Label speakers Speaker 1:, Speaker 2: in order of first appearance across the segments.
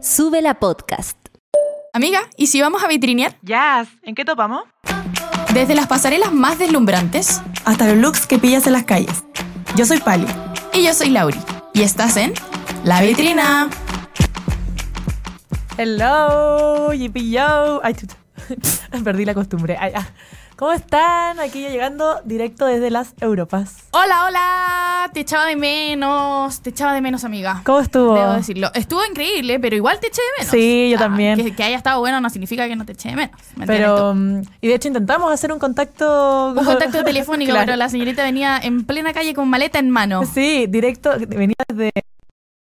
Speaker 1: Sube la podcast.
Speaker 2: Amiga, ¿y si vamos a vitrinear?
Speaker 3: Jazz, ¿en qué topamos?
Speaker 2: Desde las pasarelas más deslumbrantes.
Speaker 4: hasta los looks que pillas en las calles. Yo soy Pali.
Speaker 2: Y yo soy Lauri. Y estás en La Vitrina.
Speaker 3: Hello, yippee yo. Ay, chucha. Perdí la costumbre. Ay, ah. ¿Cómo están? Aquí ya llegando directo desde las Europas.
Speaker 2: Hola, hola. Te echaba de menos. Te echaba de menos, amiga.
Speaker 3: ¿Cómo
Speaker 4: Oh.
Speaker 3: estuvo?
Speaker 2: Debo decirlo. Estuvo increíble, pero igual te eché de menos.
Speaker 3: Sí, yo también.
Speaker 2: Ah, Que, que haya estado bueno no significa que no te eché de menos. ¿me entiendes tú?
Speaker 3: Pero, mm, y de hecho intentamos hacer un contacto.
Speaker 2: Un contacto telefónico,
Speaker 3: Claro.
Speaker 2: pero la señorita venía en plena calle con maleta en mano.
Speaker 3: Sí, directo, venía desde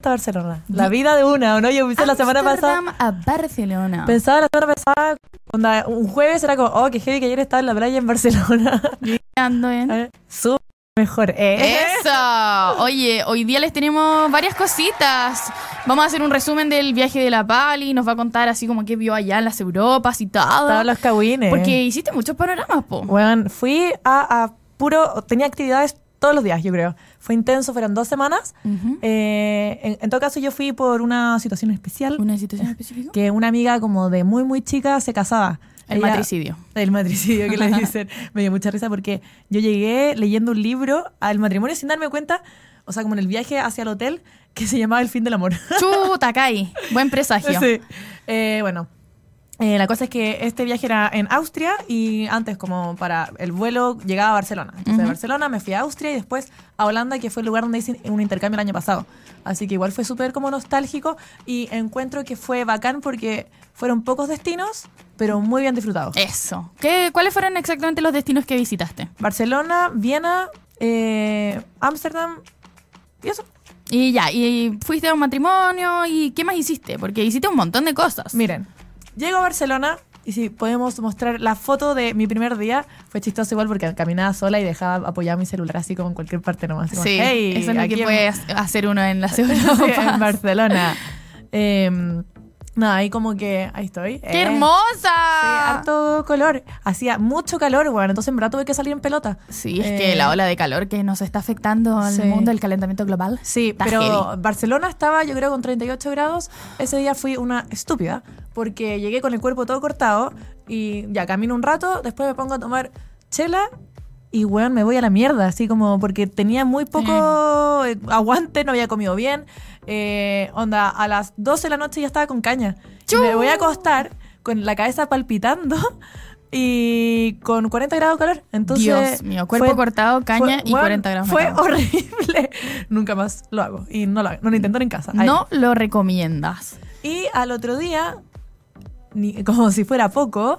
Speaker 3: hasta Barcelona. La vida de una, ¿o no? Yo pensé la semana pasada.
Speaker 2: Amsterdam Ah, a Barcelona.
Speaker 3: Pensaba la semana pasada, onda, un jueves era como, oh, qué heavy que ayer estaba en la playa en Barcelona.
Speaker 2: Ando en-
Speaker 3: A ver, Súper mejor. ¿eh?
Speaker 2: Eso. Oye, hoy día les tenemos varias cositas. Vamos a hacer un resumen del viaje de la Pali. Nos va a contar así como que vio allá en las Europas y todo.
Speaker 3: Estaban los cagüines.
Speaker 2: Porque hiciste muchos panoramas, po.
Speaker 3: Weón, fui a, a puro. Tenía actividades todos los días, yo creo. Fue intenso, fueron dos semanas.
Speaker 2: Ujú.
Speaker 3: Eh, en, en todo caso, yo fui por una situación especial.
Speaker 2: ¿Una situación específica?
Speaker 3: Que una amiga, como de muy, muy chica, se casaba.
Speaker 2: El
Speaker 3: Ella-
Speaker 2: matricidio.
Speaker 3: El matricidio que le dicen. Me dio mucha risa porque yo llegué leyendo un libro al matrimonio sin darme cuenta, o sea, como en el viaje hacia el hotel, que se llamaba El fin del amor.
Speaker 2: Chuta, Kai. Buen presagio.
Speaker 3: Sí. Eh, bueno, eh, la cosa es que este viaje era en Austria y antes como para el vuelo llegaba a Barcelona. Entonces de
Speaker 2: Ujú.
Speaker 3: Barcelona me fui a Austria y después a Holanda, que fue el lugar donde hice un intercambio el año pasado. Así que igual fue súper como nostálgico y encuentro que fue bacán porque fueron pocos destinos, pero muy bien disfrutados.
Speaker 2: Eso. ¿Qué, ¿Cuáles fueron exactamente los destinos que visitaste?
Speaker 3: Barcelona, Viena, eh, Ámsterdam y eso.
Speaker 2: Y ya, y fuiste a un matrimonio y ¿qué más hiciste? Porque hiciste un montón de cosas.
Speaker 3: Miren, llego a Barcelona y si podemos mostrar la foto de mi primer día, fue chistoso igual porque caminaba sola y dejaba apoyado mi celular así como en cualquier parte nomás. Como,
Speaker 2: Sí,
Speaker 3: "Hey,
Speaker 2: eso es lo
Speaker 3: aquí
Speaker 2: que
Speaker 3: en-
Speaker 2: puede hacer uno en las
Speaker 3: sí, en
Speaker 2: Europas.
Speaker 3: Barcelona. Eh, nada, ahí como que ahí estoy.
Speaker 2: ¡Qué
Speaker 3: Eh, sí,
Speaker 2: hermosa!
Speaker 3: harto color. Hacía mucho calor, bueno, entonces en verdad tuve que salir en pelota.
Speaker 2: Sí, es
Speaker 3: Eh,
Speaker 2: que la ola de calor que nos está afectando al
Speaker 3: sí.
Speaker 2: mundo, el calentamiento global.
Speaker 3: Sí,
Speaker 2: Está
Speaker 3: pero
Speaker 2: heavy.
Speaker 3: Barcelona estaba yo creo con 38 grados. Ese día fui una estúpida porque llegué con el cuerpo todo cortado y ya camino un rato, después me pongo a tomar chela y weón me voy a la mierda, así como porque tenía muy poco
Speaker 2: Mm.
Speaker 3: eh, aguante, no había comido bien. Eh, onda, a las 12 de la noche ya estaba con caña. Y me
Speaker 2: Chu.
Speaker 3: voy a acostar con la cabeza palpitando. Y con 40 grados de calor. Entonces,
Speaker 2: Dios mío, cuerpo
Speaker 3: fue-
Speaker 2: cortado, caña
Speaker 3: fue-
Speaker 2: y
Speaker 3: weón,
Speaker 2: 40 grados.
Speaker 3: Fue
Speaker 2: matados.
Speaker 3: horrible. Nunca más lo hago. Y no lo, hago, no lo intento ni en casa. Ahí.
Speaker 2: No lo recomiendas.
Speaker 3: Y al otro día, ni- como si fuera poco,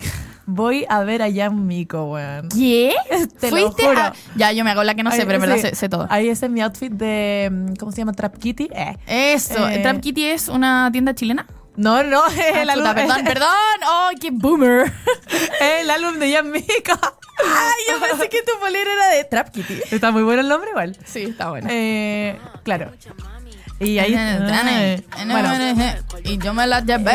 Speaker 3: voy a ver a Jan Miko, weón.
Speaker 2: ¿Qué?
Speaker 3: Te lo juro.
Speaker 2: a.? Ya, yo me hago la que no sé,
Speaker 3: Ahí-
Speaker 2: pero en verdad
Speaker 3: sí.
Speaker 2: sé, sé todo.
Speaker 3: Ahí ese es mi outfit de. mm, ¿Cómo se llama? Trap Kitty. Eh.
Speaker 2: Eso,
Speaker 3: Eh.
Speaker 2: Trap Kitty es una tienda chilena.
Speaker 3: No, no, es
Speaker 2: Ah,
Speaker 3: el, álbum,
Speaker 2: chuta, perdón, perdón. ¡Oh, qué boomer!
Speaker 3: el álbum de Jan Miko.
Speaker 2: Ay, yo pensé que tu polera era de Trap Kitty.
Speaker 3: Está muy bueno el nombre, igual.
Speaker 2: Sí, está bueno.
Speaker 3: Eh, claro. Y ahí. bueno,
Speaker 2: y yo me la llevé.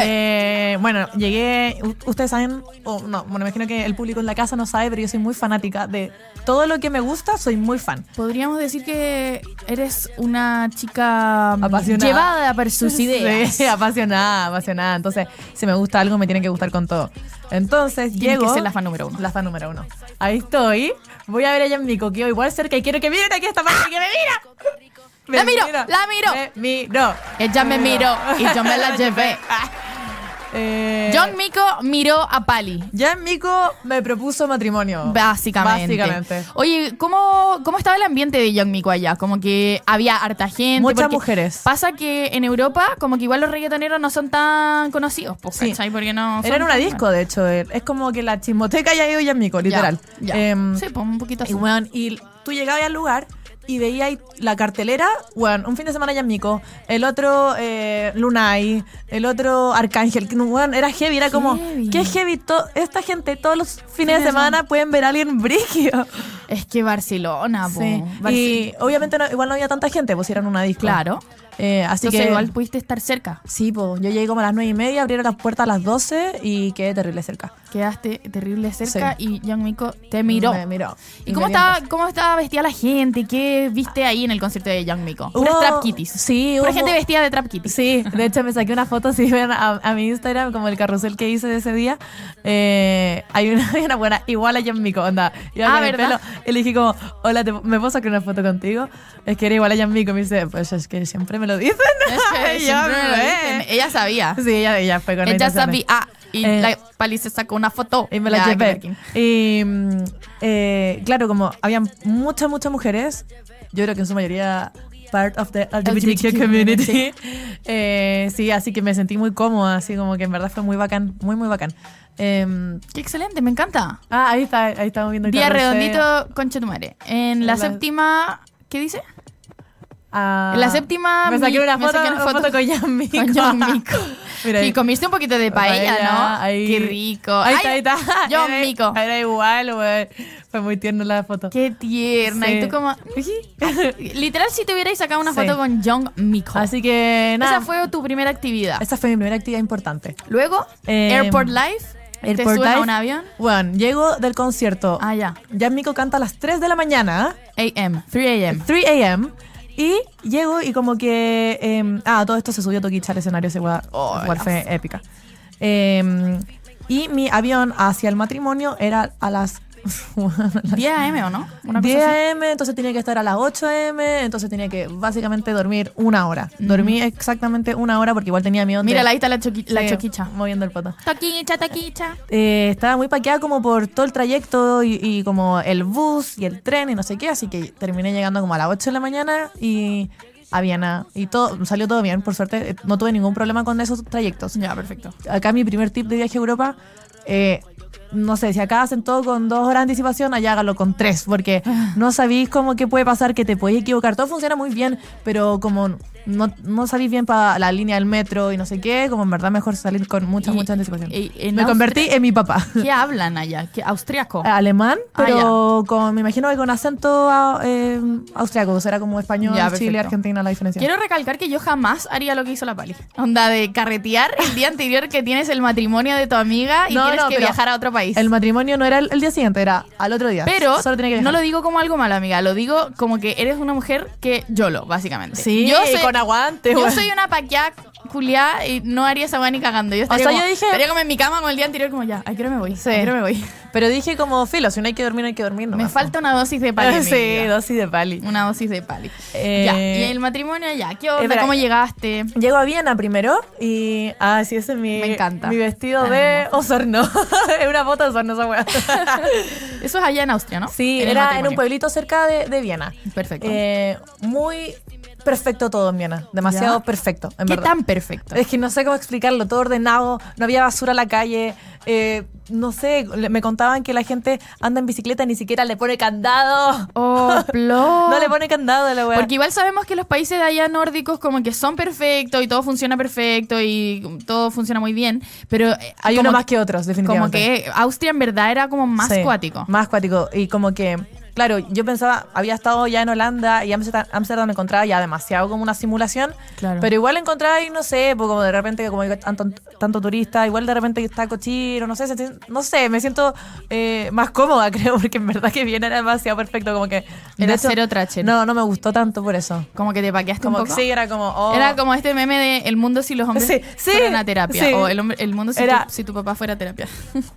Speaker 3: Eh, bueno, llegué, u- ustedes saben, o no, bueno, me imagino que el público en la casa no sabe, pero yo soy muy fanática de todo lo que me gusta, soy muy fan.
Speaker 2: Podríamos decir que eres una chica mm,
Speaker 3: Apasionada.
Speaker 2: llevada por sus ideas.
Speaker 3: Sí, apasionada, apasionada. Entonces, si me gusta algo, me tiene que gustar con todo. Entonces,
Speaker 2: Tienes
Speaker 3: llego.
Speaker 2: que ser la fan número uno.
Speaker 3: La fan número uno. Ahí estoy. Voy a ver a Jan Mico, que igual cerca y quiero que miren aquí esta parte que me mira. Me
Speaker 2: La miro, la miro.
Speaker 3: Me miro.
Speaker 2: Ella Eh, me miró y yo me la llevé.
Speaker 3: Eh,
Speaker 2: John Mico miró a Pali.
Speaker 3: Jan Mico me propuso matrimonio.
Speaker 2: Básicamente.
Speaker 3: Básicamente.
Speaker 2: Oye, ¿cómo, ¿cómo estaba el ambiente de John Mico allá? Como que había harta gente.
Speaker 3: Muchas
Speaker 2: porque
Speaker 3: mujeres.
Speaker 2: Pasa que en Europa, como que igual los reggaetoneros no son tan conocidos, pues,
Speaker 3: Sí.
Speaker 2: ¿cachai? Porque no.
Speaker 3: Era
Speaker 2: son-
Speaker 3: en una disco, de hecho. eh. Es como que la chismoteca ya ido ya en Mico, literal.
Speaker 2: Ya, ya.
Speaker 3: Em,
Speaker 2: sí, pues un poquito así.
Speaker 3: y, weón, y tú llegabas al lugar y veías ahí la cartelera, weón, un fin de semana ya en Mico, el otro eh, Lunay, el otro Arcángel, que, weón, era heavy, era como,
Speaker 2: Heavy.
Speaker 3: qué heavy, to- esta gente todos los fines de semana pueden ver a alguien brígido.
Speaker 2: Es que Barcelona, Ah, po.
Speaker 3: Sí.
Speaker 2: Barce-
Speaker 3: Y obviamente no- igual no había tanta gente, pues si eran una disco.
Speaker 2: Claro.
Speaker 3: Eh, así
Speaker 2: Entonces
Speaker 3: que
Speaker 2: igual pudiste estar cerca.
Speaker 3: Sí, po. yo llegué como a las nueve y media, abrieron las puertas a las 12 y quedé terrible cerca.
Speaker 2: Quedaste terrible cerca y Young Miko te miró.
Speaker 3: Me miró.
Speaker 2: ¿Y cómo
Speaker 3: me dio un
Speaker 2: estaba, cómo estaba vestida la gente? ¿Qué viste ahí en el concierto de Young Miko?
Speaker 3: Hubo-
Speaker 2: Puras trap kitties.
Speaker 3: sí,
Speaker 2: Pura
Speaker 3: hubo-
Speaker 2: gente vestida de trap kitties.
Speaker 3: Sí, de hecho me saqué una foto, si ven a, a mi Instagram, como el carrusel que hice de ese día, eh, hay, una, hay una buena, igual a Jan Mico, onda. Yo
Speaker 2: Ah,
Speaker 3: con el
Speaker 2: ¿verdad?
Speaker 3: pelo, y le dije como, hola, te- ¿me puedo sacar una foto contigo? Es que era igual a Jan Mico, me dice, pues es que siempre me lo dicen.
Speaker 2: Es que
Speaker 3: Y yo,
Speaker 2: siempre me lo
Speaker 3: "Eh".
Speaker 2: dicen. Ella sabía.
Speaker 3: Sí, ella, ella fue con
Speaker 2: Ella
Speaker 3: intenciones.
Speaker 2: sabía. Ah, y
Speaker 3: Eh,
Speaker 2: la Pali se sacó una foto.
Speaker 3: Y me la
Speaker 2: Ya,
Speaker 3: llevé.
Speaker 2: que-
Speaker 3: Y mm, eh, claro, como habían muchas, muchas mujeres, yo creo que en su mayoría part of the LGBTQ community. Eh, sí, así que me sentí muy cómoda, así como que en verdad fue muy bacán, muy, muy bacán. Em,
Speaker 2: Qué excelente, me encanta.
Speaker 3: ah, ahí está, ahí estamos viendo el
Speaker 2: Día
Speaker 3: carrusel.
Speaker 2: redondito con Chetumare. En la
Speaker 3: La-
Speaker 2: séptima. ¿Qué dice?
Speaker 3: Ah,
Speaker 2: en la séptima
Speaker 3: Me
Speaker 2: mi-
Speaker 3: saqué una
Speaker 2: me
Speaker 3: foto,
Speaker 2: saqué una
Speaker 3: una foto
Speaker 2: foto
Speaker 3: con Yamiko.
Speaker 2: con John Mico.
Speaker 3: Mira,
Speaker 2: y
Speaker 3: ahí.
Speaker 2: comiste un poquito de paella,
Speaker 3: Paella,
Speaker 2: ¿no?
Speaker 3: ahí.
Speaker 2: Qué rico.
Speaker 3: Ahí
Speaker 2: Ay,
Speaker 3: está, ahí está.
Speaker 2: John
Speaker 3: Era-
Speaker 2: Mico.
Speaker 3: Era igual, güey. Fue muy tierna la foto.
Speaker 2: Qué tierna.
Speaker 3: Sí.
Speaker 2: Y tú como... Literal, si te hubierais sacado una
Speaker 3: Sí.
Speaker 2: foto con Young Miko.
Speaker 3: Así que nada.
Speaker 2: Esa fue tu primera actividad.
Speaker 3: Esa fue mi primera actividad importante.
Speaker 2: Luego,
Speaker 3: Eh,
Speaker 2: Airport Life. te
Speaker 3: Airport
Speaker 2: subes a
Speaker 3: Live.
Speaker 2: un avión.
Speaker 3: Bueno, llego del concierto.
Speaker 2: Ah, ya.
Speaker 3: Ya Mico canta a las 3 de la mañana,
Speaker 2: AM. 3 AM.
Speaker 3: 3 a.m. Y llego y como que... eh, ah, todo esto se subió Toquicha al escenario, ese weá-
Speaker 2: Oh,
Speaker 3: igual fue épica. Eh, y mi avión hacia el matrimonio era a las...
Speaker 2: 10 AM, ¿o no? Una
Speaker 3: 10
Speaker 2: cosa así.
Speaker 3: a.m., entonces tenía que estar a las 8 a.m., entonces tenía que básicamente dormir una hora. Dormí exactamente una hora porque igual tenía miedo de-
Speaker 2: Mira, ahí está la, choqui- la
Speaker 3: Sí,
Speaker 2: choquicha.
Speaker 3: Moviendo el poto.
Speaker 2: Toquicha, toquicha.
Speaker 3: Eh, estaba muy paqueada como por todo el trayecto y, y como el bus y el tren y no sé qué, así que terminé llegando como a las 8 de la mañana y a Viena. Y todo, salió todo bien, por suerte, eh, no tuve ningún problema con esos trayectos.
Speaker 2: Ya, perfecto.
Speaker 3: Acá mi primer tip de viaje a Europa, eh, no sé, si acá hacen todo con dos horas de anticipación, allá hágalo con tres, porque no sabéis cómo que puede pasar, que te podéis equivocar. Todo funciona muy bien, pero como no, no sabéis bien para la línea del metro y no sé qué, como en verdad mejor salir con mucha,
Speaker 2: Y-
Speaker 3: mucha anticipación.
Speaker 2: y- en
Speaker 3: Me
Speaker 2: Austria-
Speaker 3: convertí en mi papá.
Speaker 2: ¿Qué hablan allá? ¿Qué, ¿Austriaco?
Speaker 3: Alemán,
Speaker 2: Ah,
Speaker 3: pero con, me imagino que con acento ah, eh, austriaco, será como español,
Speaker 2: Ya,
Speaker 3: Chile,
Speaker 2: perfecto.
Speaker 3: Argentina, la diferencia.
Speaker 2: Quiero recalcar que yo jamás haría lo que hizo la Pali. Onda de carretear el día anterior que tienes el matrimonio de tu amiga y
Speaker 3: No,
Speaker 2: tienes
Speaker 3: no,
Speaker 2: que
Speaker 3: pero
Speaker 2: viajar a otro país.
Speaker 3: El matrimonio no era el, el día siguiente, era al otro día.
Speaker 2: pero
Speaker 3: Ah, Solo tenía que
Speaker 2: no
Speaker 3: viajar.
Speaker 2: lo digo como algo malo, amiga. Lo digo como que eres una mujer que YOLO, básicamente.
Speaker 3: Sí,
Speaker 2: yo
Speaker 3: y con aguante.
Speaker 2: Yo
Speaker 3: weón.
Speaker 2: soy una paquia culiá y no haría esa weá ni cagando. Yo estaría,
Speaker 3: sea,
Speaker 2: como,
Speaker 3: yo dije-
Speaker 2: estaría como en mi cama con el día anterior como ya, ¿a qué hora me voy? ¿A qué hora me voy?
Speaker 3: Pero dije como, filo, si no hay que dormir, no hay que dormir.
Speaker 2: me
Speaker 3: nomás,
Speaker 2: falta una dosis de
Speaker 3: po".
Speaker 2: pali. en mi
Speaker 3: sí,
Speaker 2: vida.
Speaker 3: dosis de pali.
Speaker 2: Una dosis de pali.
Speaker 3: Eh,
Speaker 2: ya, y el matrimonio ya. ¿Qué onda?
Speaker 3: espera.
Speaker 2: ¿Cómo llegaste?
Speaker 3: Llego a Viena primero y. Ah, sí, ese es mi.
Speaker 2: Me encanta.
Speaker 3: Mi vestido
Speaker 2: Tan
Speaker 3: de Osorno. es una foto de Osorno esa weá.
Speaker 2: Eso es allá en Austria, ¿no?
Speaker 3: sí,
Speaker 2: En el
Speaker 3: era en un
Speaker 2: matrimonio.
Speaker 3: pueblito cerca de, de Viena.
Speaker 2: Perfecto.
Speaker 3: Eh, muy perfecto todo en Viena. Demasiado
Speaker 2: Ya.
Speaker 3: perfecto, en
Speaker 2: ¿Qué
Speaker 3: verdad.
Speaker 2: tan perfecto?
Speaker 3: Es que no sé cómo explicarlo, todo ordenado, no había basura en la calle, eh, no sé, le- me contaban que la gente anda en bicicleta y ni siquiera le pone candado.
Speaker 2: Oh, plop.
Speaker 3: No le pone candado a la weá.
Speaker 2: Porque igual sabemos que los países de allá nórdicos como que son perfectos y todo funciona perfecto y todo funciona muy bien, pero eh,
Speaker 3: Hay
Speaker 2: como
Speaker 3: uno más
Speaker 2: que-
Speaker 3: que otros,
Speaker 2: como
Speaker 3: definitivamente.
Speaker 2: que Austria en verdad era como más
Speaker 3: Sí,
Speaker 2: acuático.
Speaker 3: Más cuático. Y como que, claro, yo pensaba, había estado ya en Holanda y Amsterdam, Amsterdam lo encontraba ya demasiado como una simulación.
Speaker 2: Claro.
Speaker 3: Pero igual encontraba ahí, no sé, pues como de repente, como hay tanto, tanto turista, igual de repente está cochino, no sé, se- no sé, me siento eh, más cómoda, creo, porque en verdad que bien era demasiado perfecto, como que. de
Speaker 2: Era
Speaker 3: hecho,
Speaker 2: cero trachero.
Speaker 3: No, no me gustó tanto por eso.
Speaker 2: Como que te paqueaste
Speaker 3: Como
Speaker 2: un
Speaker 3: que
Speaker 2: poco.
Speaker 3: sí, era como. oh.
Speaker 2: Era como este meme de el mundo si los hombres
Speaker 3: Sí, sí,
Speaker 2: fueran a terapia.
Speaker 3: sí.
Speaker 2: O el, hombre, el mundo si,
Speaker 3: Era-
Speaker 2: tu, si tu papá fuera a terapia.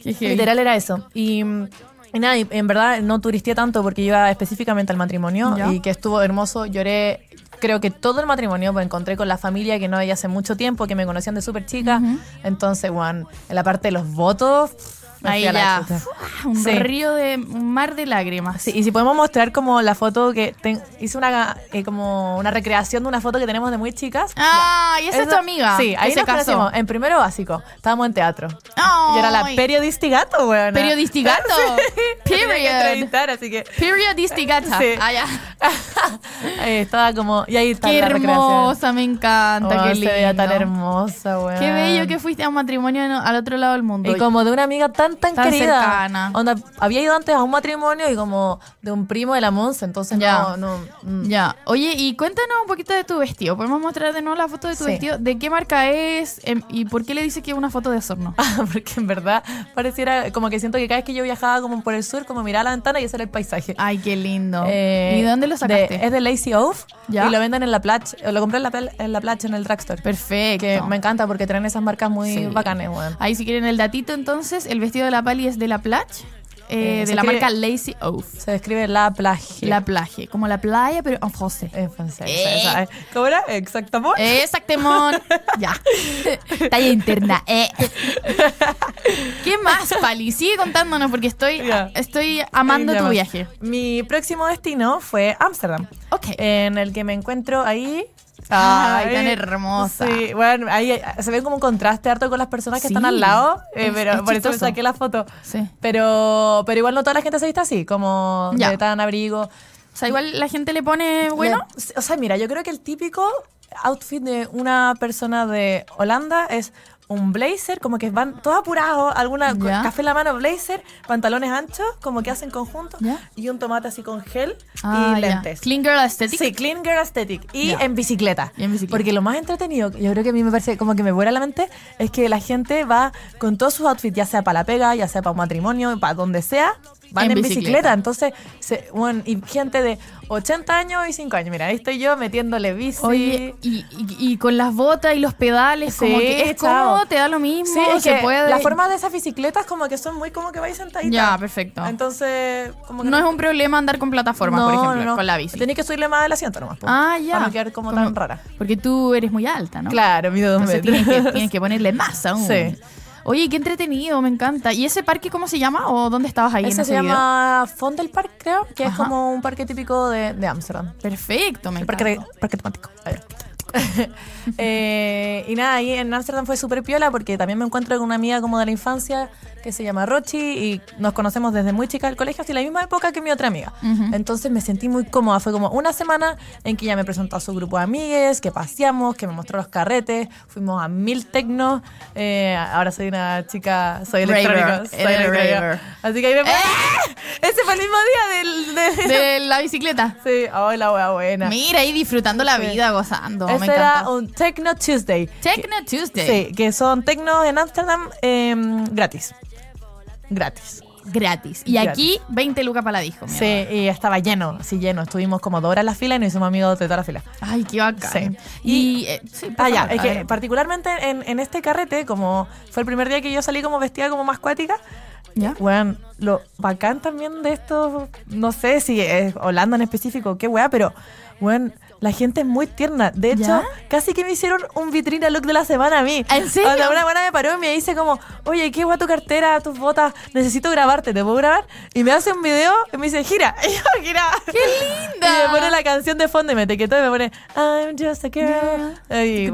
Speaker 2: Qué heavy.
Speaker 3: Literal era eso. Y, mm, y nada, y en verdad no turisteé tanto porque iba específicamente al matrimonio
Speaker 2: Ya.
Speaker 3: y que estuvo hermoso. Lloré, creo que todo el matrimonio, me encontré con la familia que no veía hace mucho tiempo, que me conocían de súper chica. Entonces, Juan, en la parte de los votos, pff, me
Speaker 2: Ahí
Speaker 3: fui a la
Speaker 2: ya.
Speaker 3: chucha.
Speaker 2: ¡fua! Un
Speaker 3: Sí.
Speaker 2: río de un mar de lágrimas.
Speaker 3: Sí, y si podemos mostrar como la foto que ten- hice una eh, como una recreación de una foto que tenemos de muy chicas.
Speaker 2: Ah, y esa es tu
Speaker 3: Eso-
Speaker 2: amiga.
Speaker 3: Sí, ahí
Speaker 2: que se
Speaker 3: nos
Speaker 2: casó.
Speaker 3: conocimos. En primero básico. Estábamos en teatro.
Speaker 2: Ay.
Speaker 3: Yo era la periodistigato, weón.
Speaker 2: Periodistigato. Period.
Speaker 3: entrevistar, así que.
Speaker 2: Periodistigata.
Speaker 3: Sí.
Speaker 2: Ah, ya.
Speaker 3: Eh, estaba como. Y ahí está
Speaker 2: Qué
Speaker 3: la recreación.
Speaker 2: hermosa, me encanta.
Speaker 3: Oh,
Speaker 2: qué
Speaker 3: se veía tan
Speaker 2: lindo.
Speaker 3: hermosa, weón.
Speaker 2: Qué bello que fuiste a un matrimonio en- al otro lado del mundo.
Speaker 3: Y como de una amiga tan tan, tan,
Speaker 2: Tan
Speaker 3: querida.
Speaker 2: cercana.
Speaker 3: Onda, había ido antes a un matrimonio y como de un primo de la Monza, entonces
Speaker 2: Ya.
Speaker 3: no, no. mm.
Speaker 2: Ya, oye, y cuéntanos un poquito de tu vestido. ¿Podemos mostrar de nuevo la foto de tu
Speaker 3: Sí.
Speaker 2: vestido? ¿De qué marca es? Em, ¿Y por qué le dice que es una foto de Osorno?
Speaker 3: Porque en verdad pareciera como que siento que cada vez que yo viajaba como por el sur, como miraba la ventana y ese era el paisaje.
Speaker 2: Ay, qué lindo.
Speaker 3: Eh,
Speaker 2: ¿Y de dónde lo sacaste?
Speaker 3: de- es de Lazy Oaf
Speaker 2: Ya.
Speaker 3: y lo venden en la plaza. Lo compré en la, pla- en la plaza, en el drugstore.
Speaker 2: Perfecto.
Speaker 3: Que me encanta porque traen esas marcas muy
Speaker 2: Sí.
Speaker 3: bacanes, weón.
Speaker 2: Ahí si quieren el datito entonces, el vestido de la Pali es de la Plage, eh,
Speaker 3: Eh,
Speaker 2: de
Speaker 3: se
Speaker 2: la
Speaker 3: escribe-
Speaker 2: marca Lazy Oaf.
Speaker 3: Se describe la plage.
Speaker 2: La Plage, como la playa, pero en francés.
Speaker 3: En francés.
Speaker 2: Eh.
Speaker 3: esa, eh. ¿Cómo era? Exactamente.
Speaker 2: Exactemón. ya. Talla interna. eh. ¿Qué más, Pali? Sigue contándonos porque estoy,
Speaker 3: Ya.
Speaker 2: estoy amando
Speaker 3: Ya
Speaker 2: tu
Speaker 3: más.
Speaker 2: viaje.
Speaker 3: Mi próximo destino fue Ámsterdam,
Speaker 2: Ok.
Speaker 3: en el que me encuentro ahí.
Speaker 2: Eh. Ay, tan hermosa.
Speaker 3: Sí, bueno, ahí eh, se ve como un contraste harto con las personas que
Speaker 2: Sí.
Speaker 3: están al lado, eh,
Speaker 2: Es-
Speaker 3: pero
Speaker 2: es
Speaker 3: por eso me
Speaker 2: chistoso.
Speaker 3: saqué la foto.
Speaker 2: Sí.
Speaker 3: Pero, pero igual no toda la gente se viste así, como
Speaker 2: Ya.
Speaker 3: de tan abrigo.
Speaker 2: O sea, igual la gente le pone bueno.
Speaker 3: Le- o sea, mira, yo creo que el típico outfit de una persona de Holanda es un blazer, como que van todos apurados, alguna con
Speaker 2: Ya.
Speaker 3: café en la mano, blazer, pantalones anchos, como que hacen conjunto,
Speaker 2: Ya.
Speaker 3: y un tomate así con gel
Speaker 2: Ah,
Speaker 3: y
Speaker 2: ya.
Speaker 3: lentes.
Speaker 2: Clean Girl Aesthetic.
Speaker 3: Sí, clean girl aesthetic. Y
Speaker 2: Ya.
Speaker 3: en bicicleta.
Speaker 2: Y en bicicleta.
Speaker 3: Porque lo más entretenido, yo creo que a mí me parece como que me vuela la mente, es que la gente va con todos sus outfits, ya sea para la pega, ya sea para un matrimonio, para donde sea, van
Speaker 2: En
Speaker 3: en,
Speaker 2: bicicleta.
Speaker 3: bicicleta. Entonces, se- bueno, y gente de 80 años y 5 años. Mira, ahí estoy yo metiéndole bici.
Speaker 2: Oye, y, y- y con las botas y los pedales, como
Speaker 3: Sí,
Speaker 2: que es
Speaker 3: chao.
Speaker 2: cómodo, te da lo mismo,
Speaker 3: Sí, es
Speaker 2: se
Speaker 3: que
Speaker 2: puede.
Speaker 3: la forma de esas bicicletas como que son muy como que vais sentaditas.
Speaker 2: Ya, perfecto.
Speaker 3: Entonces, como que
Speaker 2: No es un problema andar con plataformas, por
Speaker 3: No,
Speaker 2: ejemplo,
Speaker 3: no.
Speaker 2: con la bici.
Speaker 3: Tenés que subirle más el asiento nomás. po,
Speaker 2: Ah, ya.
Speaker 3: Para no quedar como, tan rara.
Speaker 2: Porque tú eres muy alta, ¿no?
Speaker 3: Claro, mido dos
Speaker 2: Entonces
Speaker 3: metros.
Speaker 2: tienes que, tienes que ponerle más aún.
Speaker 3: Sí.
Speaker 2: Oye, qué entretenido, me encanta. ¿Y ese parque cómo se llama o dónde estabas ahí en
Speaker 3: Ese
Speaker 2: ese
Speaker 3: se
Speaker 2: video?
Speaker 3: llama Fondel Park, creo, que es
Speaker 2: Ajá.
Speaker 3: como un parque típico de de Ámsterdam.
Speaker 2: Perfecto, me
Speaker 3: El
Speaker 2: encanta.
Speaker 3: parque, parque temático. Eh, y nada, ahí en Ámsterdam fue súper piola porque también me encuentro con una amiga como de la infancia que se llama Rochi y nos conocemos desde muy chica del colegio, así la misma época que mi otra amiga.
Speaker 2: Ujú.
Speaker 3: Entonces me sentí muy cómoda. Fue como una semana en que ella me presentó a su grupo de amigues, que paseamos, que me mostró los carretes, fuimos a mil tecnos. Eh, ahora soy una chica, soy
Speaker 2: Raver,
Speaker 3: electrónica. soy
Speaker 2: eres
Speaker 3: electrónica.
Speaker 2: raver. ¡Eh!
Speaker 3: Así que ahí me Ese fue el mismo día del. del-
Speaker 2: De la bicicleta.
Speaker 3: Sí, hoy la wea buena.
Speaker 2: Mira, ahí disfrutando la
Speaker 3: Sí.
Speaker 2: vida, gozando. me
Speaker 3: Ese
Speaker 2: encanta.
Speaker 3: era un Techno Tuesday.
Speaker 2: Techno Tuesday.
Speaker 3: Sí, que son techno en Amsterdam eh, gratis. Gratis.
Speaker 2: Gratis. Y
Speaker 3: Gratis.
Speaker 2: aquí, 20 lucas para la disco. mi amor.
Speaker 3: Sí, y estaba lleno, sí, lleno. Estuvimos como dos horas en la fila y nos hicimos amigos de toda la fila.
Speaker 2: Ay, qué bacán.
Speaker 3: Sí.
Speaker 2: Y, eh, sí, por
Speaker 3: Ah, ya,
Speaker 2: favor,
Speaker 3: es
Speaker 2: a
Speaker 3: que
Speaker 2: ver.
Speaker 3: particularmente en, en este carrete, como fue el primer día que yo salí como vestida como más cuática,
Speaker 2: ¿Ya?
Speaker 3: Weón, lo bacán también de esto, no sé si es Holanda en específico, qué weá, pero weón, la gente es muy tierna. De hecho,
Speaker 2: ¿Ya?
Speaker 3: casi que me hicieron un vitrina look de la semana a mí.
Speaker 2: ¿En serio?
Speaker 3: O sea, una buena me paró y me dice como, oye, qué guay tu cartera, tus botas, necesito grabarte, ¿te puedo grabar? Y me hace un video y me dice, gira, y yo, gira.
Speaker 2: ¡Qué linda!
Speaker 3: Y me pone la canción de fondo y me etiquetó y me pone I'm just a girl. Y,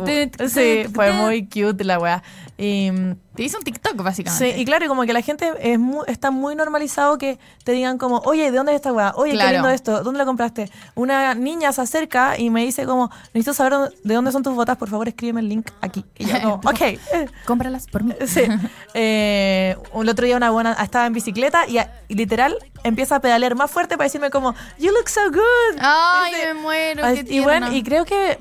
Speaker 3: sí, fue muy cute la weá. Y mm,
Speaker 2: Te hice un TikTok,
Speaker 3: Sí,
Speaker 2: básicamente.
Speaker 3: y claro, y como que la gente es mu- está muy normalizado que te digan como, oye, ¿de dónde es esta weá? Oye,
Speaker 2: Claro.
Speaker 3: qué lindo esto, ¿dónde lo compraste? Una niña se acerca y me dice como, necesito saber dónde- de dónde son tus botas, por favor, escríbeme el link aquí. Y yo como, ok. eh,
Speaker 2: Cómpralas por mí.
Speaker 3: Sí. Eh, el otro día una buena estaba en bicicleta y, a- y literal empieza a pedalear más fuerte para decirme como, you look so good.
Speaker 2: Ay,
Speaker 3: Ese-
Speaker 2: me muero.
Speaker 3: Ay,
Speaker 2: qué
Speaker 3: y bueno,
Speaker 2: tierna.
Speaker 3: y creo que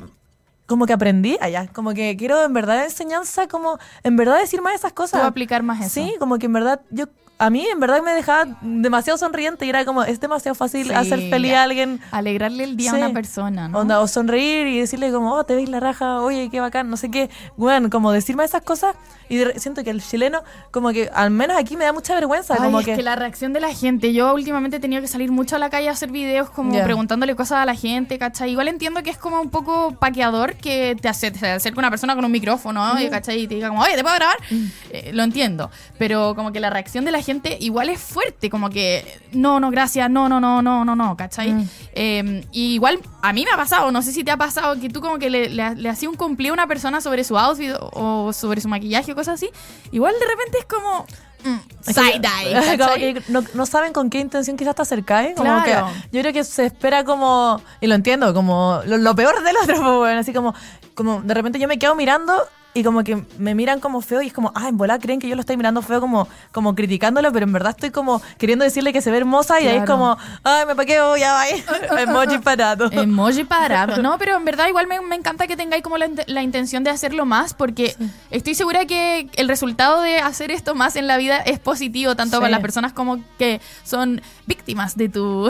Speaker 3: como que aprendí allá, como que quiero en verdad enseñanza, como en verdad decir más esas
Speaker 2: Tú
Speaker 3: cosas.
Speaker 2: vas a aplicar más eso.
Speaker 3: Sí, como que en verdad yo a mí en verdad me dejaba demasiado sonriente y era como es demasiado fácil
Speaker 2: Sí,
Speaker 3: hacer feliz
Speaker 2: ya.
Speaker 3: a alguien.
Speaker 2: Alegrarle el día a
Speaker 3: Sí.
Speaker 2: una persona, ¿no?
Speaker 3: Onda, o sonreír y decirle como, oh, te veis la raja, oye, qué bacán, no sé qué. Bueno, como decirme esas cosas y de re- siento que el chileno, como que al menos aquí me da mucha vergüenza,
Speaker 2: Ay,
Speaker 3: como
Speaker 2: es que... la reacción de la gente. Yo últimamente he tenido que salir mucho a la calle a hacer videos como
Speaker 3: Ya.
Speaker 2: preguntándole cosas a la gente, ¿cachai? Igual entiendo que es como un poco paqueador que te, hace, te acerca una persona con un micrófono, y, ¿cachai? Y te diga como, oye, ¿te puedo grabar?
Speaker 3: Mm.
Speaker 2: Eh, lo entiendo. Pero como que la reacción de la gente igual es fuerte, como que, no, no, gracias, no, no, no, no, no, no, ¿cachai?
Speaker 3: Mm.
Speaker 2: Eh, y igual a mí me ha pasado, no sé si te ha pasado, que tú como que le, le, le hacías un cumplido a una persona sobre su outfit o o sobre su maquillaje o cosas así. Igual de repente es como... mm,
Speaker 3: Es que-
Speaker 2: Side-eye.
Speaker 3: como
Speaker 2: ¿cachai?
Speaker 3: que no, no saben con qué intención quizás te acercáis. Como
Speaker 2: Claro.
Speaker 3: que yo creo que se espera como, y lo entiendo, como lo, lo peor del otro, pues, bueno, así como, como de repente yo me quedo mirando y como que me miran como feo y es como, ah, en bola creen que yo lo estoy mirando feo como, como criticándolo, pero en verdad estoy como queriendo decirle que se ve hermosa y ahí es
Speaker 2: Claro.
Speaker 3: como, ay, me paqueo, ya va. Emoji parado.
Speaker 2: Emoji parado. No, pero en verdad igual me, me encanta que tengáis como la, int- la intención de hacerlo más porque estoy segura que el resultado de hacer esto más en la vida es positivo tanto
Speaker 3: Sí.
Speaker 2: para las personas como que son víctimas de tu,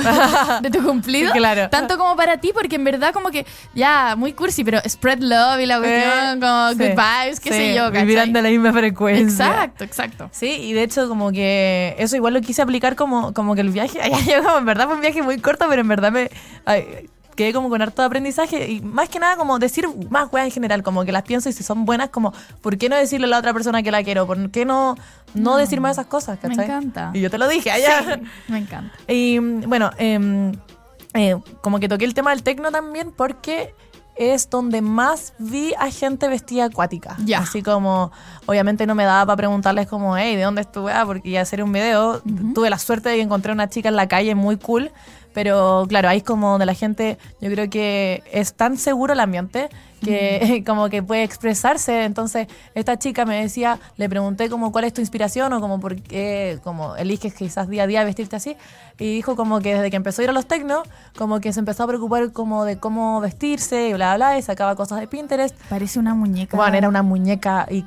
Speaker 2: de tu cumplido.
Speaker 3: Claro.
Speaker 2: Tanto como para ti porque en verdad como que ya, muy cursi, pero spread love y la cuestión, como
Speaker 3: Eh, Sí.
Speaker 2: good vibes, qué
Speaker 3: Sí,
Speaker 2: sé yo. ¿cachai?
Speaker 3: Vivirán de la misma frecuencia.
Speaker 2: Exacto, exacto.
Speaker 3: Sí, y de hecho como que eso igual lo quise aplicar como, como que el viaje, allá yo como en verdad fue un viaje muy corto, pero en verdad me ay, quedé como con harto de aprendizaje y más que nada como decir más weas en general, como que las pienso y si son buenas, como ¿por qué no decirle a la otra persona que la quiero? ¿Por qué no, no, decir más esas cosas?
Speaker 2: Me
Speaker 3: ¿cachai?
Speaker 2: encanta.
Speaker 3: Y yo te lo dije allá.
Speaker 2: Me encanta.
Speaker 3: Y mm, bueno, em, eh, como que toqué el tema del tecno también porque es donde más vi a gente vestida acuática.
Speaker 2: Ya.
Speaker 3: Así como, obviamente no me daba para preguntarles como, hey, ¿de dónde estuve? Porque ya hacer un video. Tuve la suerte de que encontré una chica en la calle muy cool. Pero claro, ahí es como donde la gente, yo creo que es tan seguro el ambiente que como que puede expresarse. Entonces, esta chica me decía, le pregunté como cuál es tu inspiración o como por qué, como eliges quizás día a día vestirte así. Y dijo como que desde que empezó a ir a los tecnos, como que se empezó a preocupar como de cómo vestirse y bla, bla, bla, y sacaba cosas de Pinterest.
Speaker 2: Parece una muñeca.
Speaker 3: Bueno, era una muñeca y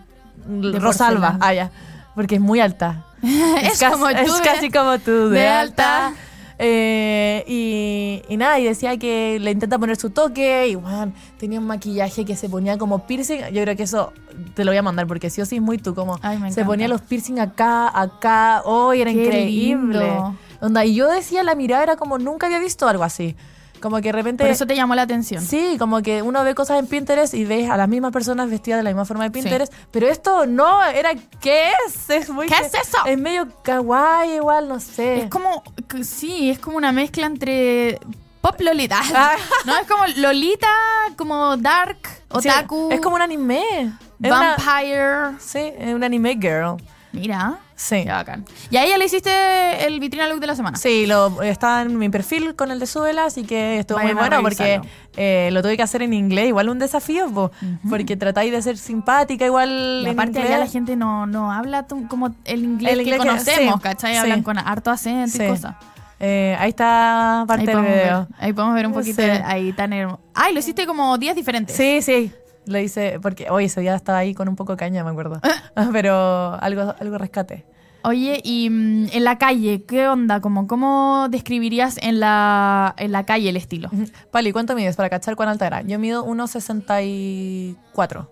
Speaker 2: De
Speaker 3: Rosalba,
Speaker 2: porcelana.
Speaker 3: ah, ya, porque es muy alta.
Speaker 2: es,
Speaker 3: casi-
Speaker 2: como tú.
Speaker 3: es
Speaker 2: ¿verdad?
Speaker 3: casi como tú, de,
Speaker 2: de
Speaker 3: alta.
Speaker 2: alta.
Speaker 3: Eh, y, y nada, y decía que le intenta poner su toque y weón, tenía un maquillaje que se ponía como piercing. Yo creo que eso te lo voy a mandar porque sí o sí es muy tú, como
Speaker 2: Ay, me
Speaker 3: se
Speaker 2: encanta.
Speaker 3: ponía los piercing acá, acá, hoy era
Speaker 2: Qué
Speaker 3: increíble.
Speaker 2: lindo.
Speaker 3: Onda, y yo decía, la mirada era como nunca había visto algo así. Como que de repente...
Speaker 2: Por eso te llamó la atención.
Speaker 3: Sí, como que uno ve cosas en Pinterest y ves a las mismas personas vestidas de la misma forma de Pinterest, pero esto no, era ¿qué es? Es muy
Speaker 2: ¿Qué es eso?
Speaker 3: Es medio kawaii igual, no sé.
Speaker 2: Es como, que sí, es como una mezcla entre pop lolita.
Speaker 3: Ah.
Speaker 2: No, es como lolita, como dark,
Speaker 3: Sí,
Speaker 2: otaku,
Speaker 3: es como un anime. Es una-
Speaker 2: vampire.
Speaker 3: sí, es un anime girl.
Speaker 2: Mira,
Speaker 3: Sí.
Speaker 2: qué bacán. Y a ella le hiciste el vitrina look de la semana.
Speaker 3: Sí, lo, está en mi perfil con el de Súbela, así que estuvo
Speaker 2: Vayan
Speaker 3: muy
Speaker 2: a
Speaker 3: bueno porque
Speaker 2: revisarlo.
Speaker 3: eh, lo tuve que hacer en inglés, igual un desafío, po, porque tratáis de ser simpática igual
Speaker 2: Y
Speaker 3: en
Speaker 2: aparte
Speaker 3: inglés.
Speaker 2: allá la gente no, no habla tu- como el inglés,
Speaker 3: El inglés
Speaker 2: que
Speaker 3: que-
Speaker 2: conocemos,
Speaker 3: sí,
Speaker 2: ¿cachai?
Speaker 3: sí.
Speaker 2: Hablan con harto acento y
Speaker 3: Sí.
Speaker 2: cosas.
Speaker 3: Eh, ahí está parte
Speaker 2: Ahí
Speaker 3: del
Speaker 2: podemos, ver,
Speaker 3: video.
Speaker 2: ahí podemos ver un poquito
Speaker 3: Sí.
Speaker 2: de- ahí tan hermoso. Ay, lo hiciste como 10 diferentes.
Speaker 3: Sí, sí. Lo hice porque hoy ese día estaba ahí con un poco de caña, me acuerdo.
Speaker 2: Ah.
Speaker 3: Ah, Pero algo, algo rescate.
Speaker 2: Oye, y mm, en la calle, ¿qué onda? Como, ¿Cómo describirías en la, en la calle el estilo?
Speaker 3: Pali, ¿cuánto mides para cachar cuán alta era? Yo mido 1,64.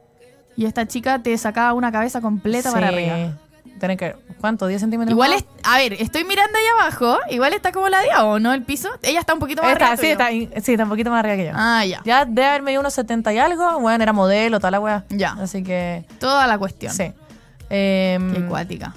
Speaker 2: Y esta chica te sacaba una cabeza completa para
Speaker 3: Sí.
Speaker 2: arriba.
Speaker 3: Tienen que ver. ¿Cuánto? ¿10 centímetros?
Speaker 2: Igual
Speaker 3: más?
Speaker 2: es, a ver, estoy mirando ahí abajo, igual está como ladeado, ¿no? El piso. Ella está un poquito más
Speaker 3: Está,
Speaker 2: arriba
Speaker 3: sí,
Speaker 2: tuyo.
Speaker 3: está, in- sí, está un poquito más arriba que yo.
Speaker 2: Ah, ya.
Speaker 3: Ya debe haber medido unos 70 y algo. Bueno, era modelo, toda la wea.
Speaker 2: Ya.
Speaker 3: Así que.
Speaker 2: Toda la cuestión.
Speaker 3: Sí. Em,
Speaker 2: Qué acuática.